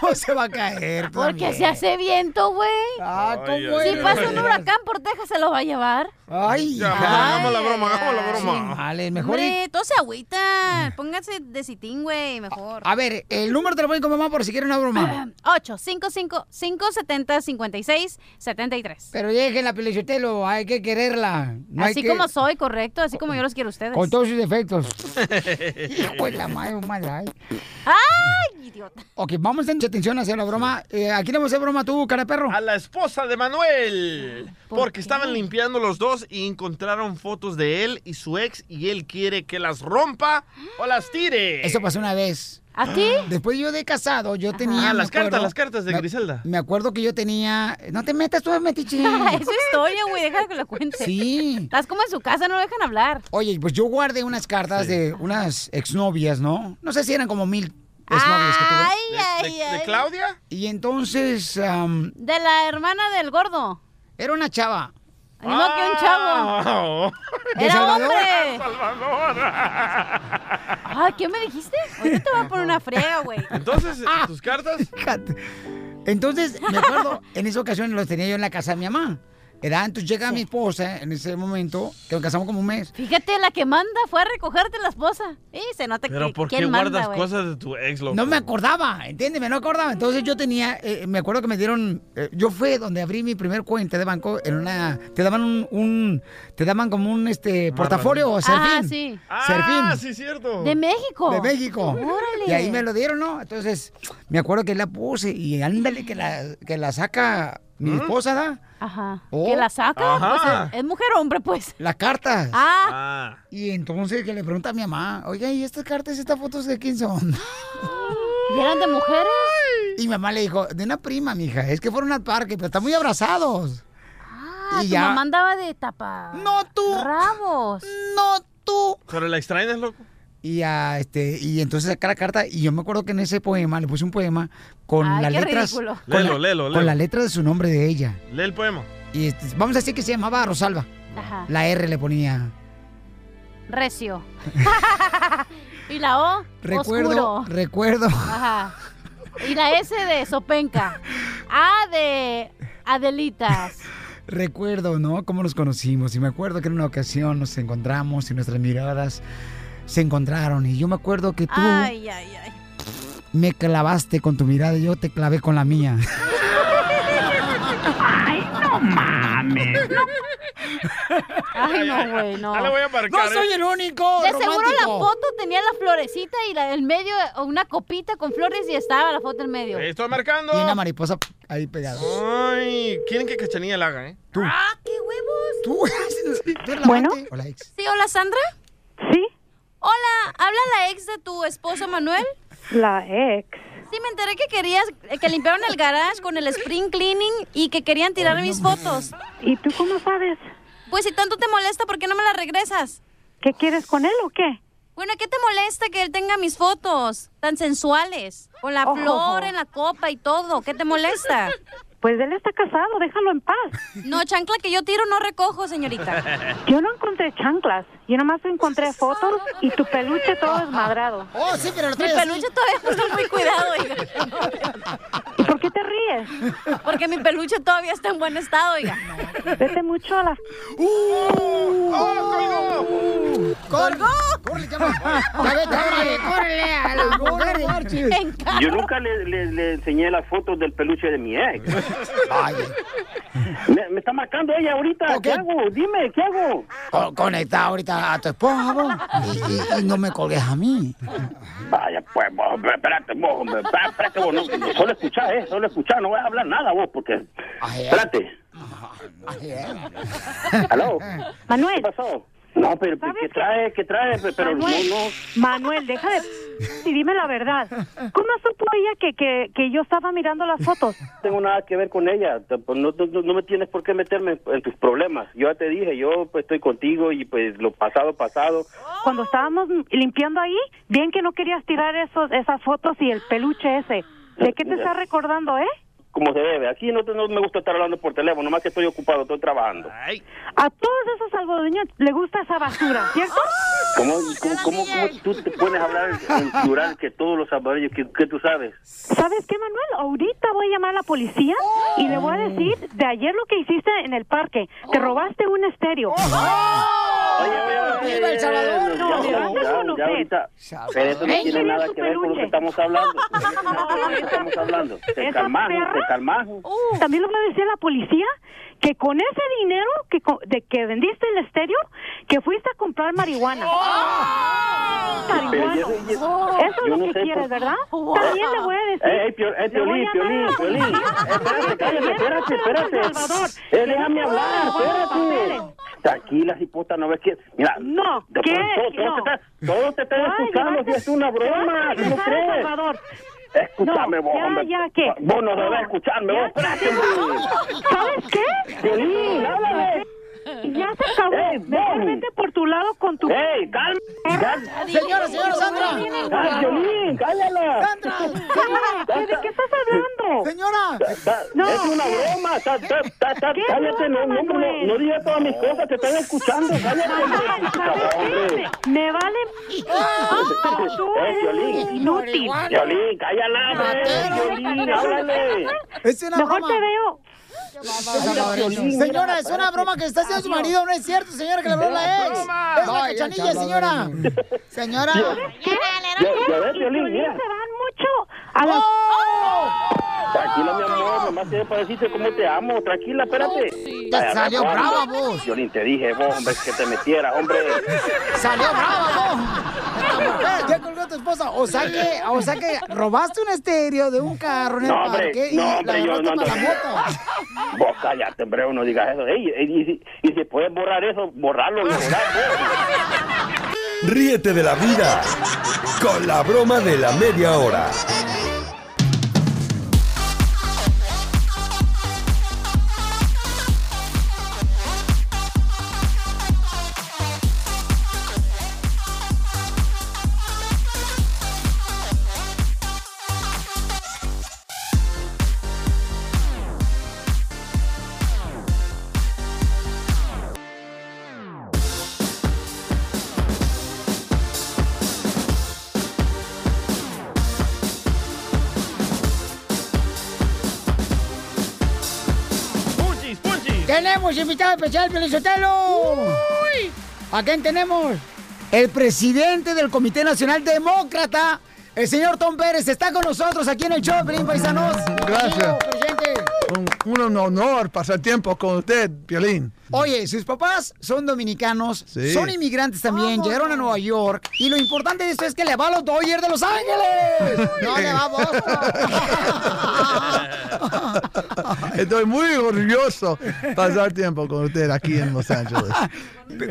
¿Cómo se va a caer? Porque se hace viento, güey. Ah, ¿cómo Si es? pasa un huracán por Texas, se lo va a llevar. Ay, Ya, pues, ay. hagamos la broma, hagamos la broma. Vale, mejor. y- Hombre, todos se agüitan. Pónganse de sitín, güey, mejor. A ver, el número telefónico, mamá, por si quieren una broma. 8 55 570 56 73. Pero déjenla, Pelichotelo, hay que quererla. No hay así que- como soy, correcto, así así como yo los quiero a ustedes. Con todos sus defectos. Hijo de la madre, oh my life. ¡Ay, idiota! Ok, vamos a atención a hacer la broma. Eh, ¿A quién le vamos a hacer broma tú, cara de perro? A la esposa de Manuel. porque estaban limpiando los dos y encontraron fotos de él y su ex y él quiere que las rompa o las tire. Eso pasó una vez. Ah. ¿A ti? Después yo de casado, yo tenía... Ah, me las cartas, acuerdo- las cartas de me- Griselda. Me acuerdo que yo tenía... No te metas tú, metiche. Eso es historia, güey, deja que lo cuente. Sí. Estás como en su casa, no lo dejan hablar. Oye, pues yo guardé unas cartas de unas exnovias, ¿no? No sé si eran como mil exnovias que tuve. Ay, ay, ay. Y entonces... am, De la hermana del gordo. Era una chava. Ni modo que un chavo. Ah. Ah. ¿De Era Salvador? hombre. Ay, ¿qué me dijiste? Ahorita te voy a poner una frega, güey. Ah. Entonces, tus cartas. Entonces, me acuerdo, en esa ocasión los tenía yo en la casa de mi mamá. Era, entonces llega mi esposa en ese momento, que nos casamos como un mes. Fíjate, la que manda fue a recogerte la esposa. Y se nota Pero que ¿por qué quién manda, guardas güey. cosas de tu ex, loco? No me acordaba, entiéndeme, no acordaba. Entonces yo tenía, eh, me acuerdo que me dieron, eh, yo fue donde abrí mi primer cuenta de banco en una, te daban un, un- te daban como un este portafolio, Ah, serfín. sí. Ah, Serfín. sí, cierto. De México. De México. Órale. Y ahí me lo dieron, ¿no? Entonces, me acuerdo que la puse y ándale que la, que la saca mi ¿Mm? esposa, ¿da? Ajá. Oh. ¿Que la saca? Ajá. Pues, ¿Es mujer o hombre, pues? Las cartas. Ah. Y entonces que le pregunta a mi mamá, oiga, ¿y estas cartas, estas fotos de quién son? ¿Y eran de mujeres? Y mi mamá le dijo, de una prima, mija, es que fueron al parque, pero están muy abrazados. Ah, y tu ya. mamá andaba de tapa. No tú. Rabos. No tú. Pero la extrañas, loco. Y, ya, este, y entonces saca la carta y yo me acuerdo que en ese poema le puse un poema con Ay, las qué letras. ridículo. Con Léelo, la- léelo, léelo. Con la letra de su nombre de ella. Lee el poema. Y este, vamos a decir que se llamaba Rosalba. Ajá. La R le ponía. Recio. y la O, Recuerdo, oscuro. recuerdo. Ajá. Y la S de Sopenca. A de Adelitas. Recuerdo, ¿no? Cómo nos conocimos. Y me acuerdo que en una ocasión nos encontramos y nuestras miradas se encontraron. Y yo me acuerdo que tú Ay, ay, ay. me clavaste con tu mirada y yo te clavé con la mía. Ay, no mames. Ay, no, güey, no. Ya le voy a marcar, No soy ¿eh? el único De seguro romántico. la foto tenía la florecita y la- el medio, o una copita con flores y estaba la foto en medio. Eh. Estoy marcando. Y una mariposa ahí pegada. Ay, quieren que Cachanilla la haga, ¿eh? ¡Ah, qué huevos! Bueno. Hola, Sí, hola, Sandra. Sí. Hola, ¿habla la ex de tu esposo Manuel? La ex. Sí, me enteré que querías, eh, que limpiaron el garage con el spring cleaning y que querían tirar mis fotos. ¿Y tú cómo sabes? Pues si tanto te molesta, ¿por qué no me las regresas? ¿Qué quieres con él o qué? Bueno, ¿qué te molesta que él tenga mis fotos tan sensuales? Con la Ojo. flor en la copa y todo. ¿Qué te molesta? Pues él está casado, déjalo en paz. No, chancla que yo tiro no recojo, señorita. Yo no encontré chanclas, yo nomás encontré fotos y tu peluche todo desmadrado. Oh, sí, pero Mi peluche todavía no está muy cuidado, oiga. ¿Y por qué te ríes? Porque mi peluche todavía está en buen estado, oiga. Vete mucho a la... ¡Uh! ¡Colgó! ¡Oh, Ya vete, órale, córrele a la mujer de Marchi. Yo nunca le, le- le enseñé las fotos del peluche de mi ex. Me, me está marcando ella ahorita. ¿Qué hago? Dime, ¿qué hago? Co- Conecta ahorita a tu esposa, vos. Y, y- y no me colgues a mí. Vaya, pues, vos, hombre, espérate, vos, hombre, espérate, espérate, vos, no, no, solo escuchar, eh, solo escuchar, no voy a hablar nada, vos, porque, espérate. ¿Aló? Manuel. ¿Qué pasó? No, pero, ¿qué trae, qué trae? Pero, no, Manuel, no, Manuel, deja de... Y dime la verdad. ¿Cómo supo ella que, que, que yo estaba mirando las fotos? tengo nada que ver con ella, t- pues, no, no, no me tienes por qué meterme en tus problemas. Yo ya te dije, yo pues estoy contigo y pues lo pasado, pasado. Cuando estábamos limpiando ahí, bien que no querías tirar esos, esas fotos y el peluche ese. ¿De qué te está recordando, eh? como se debe. Aquí no, te- no me gusta estar hablando por teléfono, nomás que estoy ocupado, estoy trabajando. A todos esos salvadoreños le gusta esa basura, ¿cierto? ¿Cómo, cómo, cómo, cómo tú te pones a hablar en plural que todos los salvadoreños, que, que tú sabes? ¿Sabes qué, Manuel? Ahorita voy a llamar a la policía y le Oh. voy a decir Oh. de ayer lo que hiciste en el parque. Te robaste un estéreo. Oye, oye, oye, ¡Viva El Salvador! No, No, ya, ya, ya ahorita. Pero eso no Ey, tiene sería nada su que ver con lo que peluche. estamos hablando. Eso no tiene nada que ver con lo que Ah, estamos hablando. Te ¿Esa calmas, perra? Oh. te calmas. También lo voy a decir a la policía que con ese dinero que co- de que vendiste el estéreo, que fuiste a comprar Oh. marihuana. Ah. Pero Marihuana. yo- Eso yo- es yo lo no que sé pues. Oh. Eh, quieres, por- ¿verdad? También le voy a decir. Ey, ey, Pio- ey, le voy Piolín, a Piolín, llamar a la policía. Piolín. Espérate, cállate, espérate, espérate. El Salvador. Eh, déjame hablar, Guarda los espérate. papeles. Tranquila, hipota, no ves que. Mira, No, de ¿qué? pronto, Que todos no. te están- todos te están Ay, escuchando, vas a- si es una te vas a broma, ¿tú ¿no regresar a El crees? Salvador. Escúchame, No, vos, ya, hombre. ya, ¿qué? Vos no No, debes escucharme, vos, espérate, hombre. ¿Sabes qué? Piolín, Eh, háblame. Ya se acabó. Mejor vete por tu lado con tu. ¡Ey, calma! Señora, señora Sandra. Piolín, cállala. Sandra, Sandra. ¿De qué estás hablando? Señora. No, es una broma. Está, está, está, está- cállate, no, no, no, no, no digas todas mis cosas. Te están escuchando. Cállate, hombre. Hombre. Me vale. ¡Ah! Pero tú Eh, eres Piolín. inútil. Violín, cállala, hombre. Violín, háblale. Es una Mejor broma. te veo. Señora, es una broma que está haciendo su marido, no es cierto, señora, que le habló la ex. Es la cachanilla, señora. Señora. Ya ves, Violín, mira. A la- Oh. Tranquila, mi amor. Nomás te para decirte cómo te amo. Tranquila, espérate. Te salió Ay, brava, hombre. vos. Violín, te dije, vos, hombre, que te metieras, hombre. Salió brava, vos. Esta mujer, Eh, Ya colgó a tu esposa. O sea que, o sea que robaste un estéreo de un carro en el No, hombre, parque y no, la hombre, yo agarraste no para la ando- moto. Vos cállate, hombre, no digas eso. Ey, ey, y, si, y si puedes borrar eso, borrarlo, borrarlo. Ríete de la vida con la broma de la media hora. ¡Punchis, punchis! ¡Tenemos invitado especial, Pelizotelo! ¿A quién tenemos? El presidente del Comité Nacional Demócrata, el señor Tom Pérez, está con nosotros aquí en el show, Pelín Paisanos. Gracias. Bienvenido, presidente. Un, un honor pasar tiempo con usted, Piolín. Oye, sus papás son dominicanos, Sí. son inmigrantes también, llegaron a Nueva York y lo importante de esto es que le va a los Dodgers de Los Ángeles. No le va a Estoy muy orgulloso pasar tiempo con usted aquí en Los Ángeles.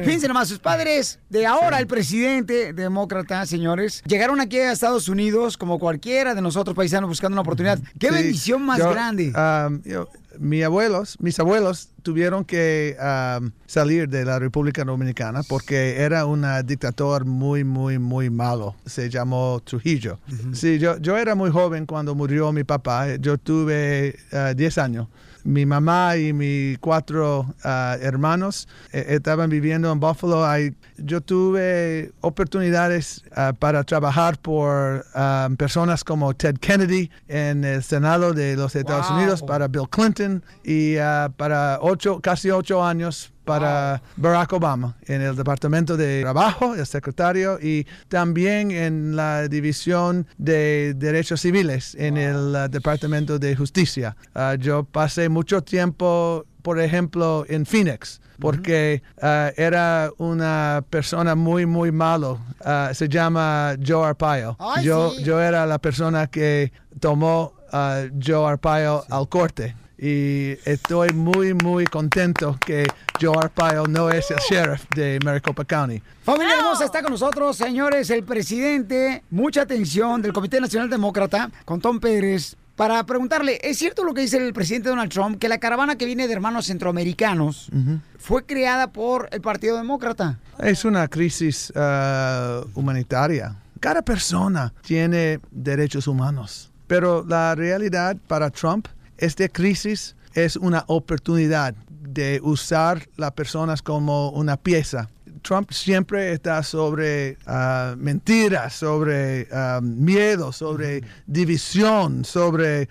Fíjense nomás, sus padres de ahora, el presidente demócrata, señores, llegaron aquí a Estados Unidos como cualquiera de nosotros paisanos buscando una oportunidad. ¡Qué Sí, bendición más yo, grande! am, yo- mis abuelos, mis abuelos tuvieron que am, salir de la República Dominicana porque era un dictador muy, muy, muy malo. Se llamó Trujillo. Sí, yo, yo era muy joven cuando murió mi papá. Yo tuve ah, 10 años. Mi mamá y mis cuatro ah, hermanos eh, estaban viviendo en Buffalo. Ahí yo tuve oportunidades ah, para trabajar por ah, personas como Ted Kennedy en el Senado de los Estados Unidos, para Bill Clinton y ah, para ocho, casi ocho años para Barack Obama en el Departamento de Trabajo, el secretario, y también en la División de Derechos Civiles en el ah, Departamento de Justicia. Ah, yo pasé mucho tiempo, por ejemplo, en Phoenix, porque ah, era una persona muy, muy malo. Ah, se llama Joe Arpaio. Ay, yo, sí. yo era la persona que tomó a Joe Arpaio al corte. Y estoy muy, muy contento que Joe Arpaio no es el sheriff de Maricopa County. Familia hermosa, está con nosotros, señores, el presidente, mucha atención, del Comité Nacional Demócrata, con Tom Pérez, para preguntarle, ¿es cierto lo que dice el presidente Donald Trump, que la caravana que viene de hermanos centroamericanos fue creada por el Partido Demócrata? Es una crisis ah, humanitaria. Cada persona tiene derechos humanos, pero la realidad para Trump, esta crisis es una oportunidad de usar las personas como una pieza. Trump siempre está sobre ah, mentiras, sobre ah, miedo, sobre división, sobre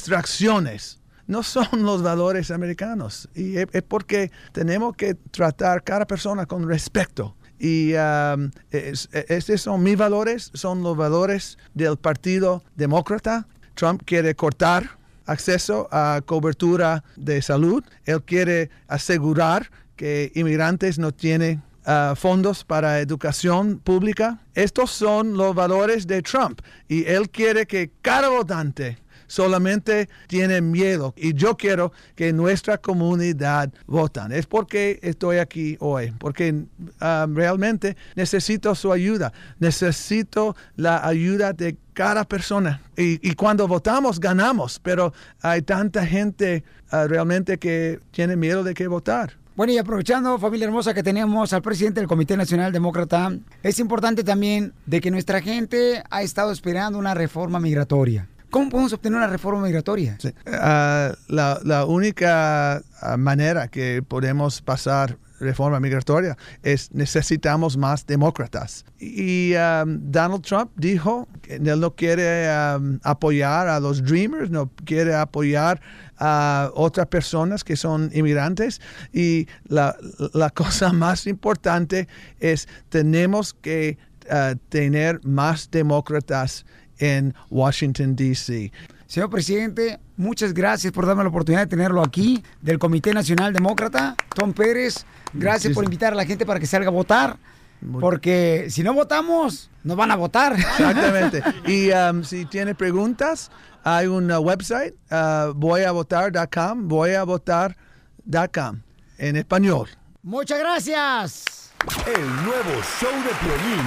distracciones no son los valores americanos. Y es, es porque tenemos que tratar cada persona con respeto. Y um, es- estos son mis valores, son los valores del Partido Demócrata. Trump quiere cortar acceso a cobertura de salud. Él quiere asegurar que inmigrantes no tienen ah, fondos para educación pública. Estos son los valores de Trump. Y él quiere que cada votante solamente tienen miedo. Y yo quiero que nuestra comunidad votan. Es porque estoy aquí hoy, porque um, realmente necesito su ayuda, necesito la ayuda de cada persona. Y, y cuando votamos, ganamos, pero hay tanta gente uh, realmente que tiene miedo de que votar. Bueno, y aprovechando, familia hermosa, que tenemos al presidente del Comité Nacional Demócrata, es importante también de que nuestra gente ha estado esperando una reforma migratoria. ¿Cómo podemos obtener una reforma migratoria? Ah, la, la única ah, manera que podemos pasar reforma migratoria es necesitamos más demócratas. Y um, Donald Trump dijo que él no quiere um, apoyar a los Dreamers, no quiere apoyar a otras personas que son inmigrantes. Y la, la cosa más importante es tenemos que ah, tener más demócratas en Washington, D.C. Señor presidente, muchas gracias por darme la oportunidad de tenerlo aquí, del Comité Nacional Demócrata, Tom Pérez. Gracias por invitar a la gente para que salga a votar, porque si no votamos, nos van a votar. Exactamente. Y um, si tiene preguntas, hay un uh, website, uh, voyavotar.com, voyavotar.com, en español. Muchas gracias. El nuevo show de Piolín.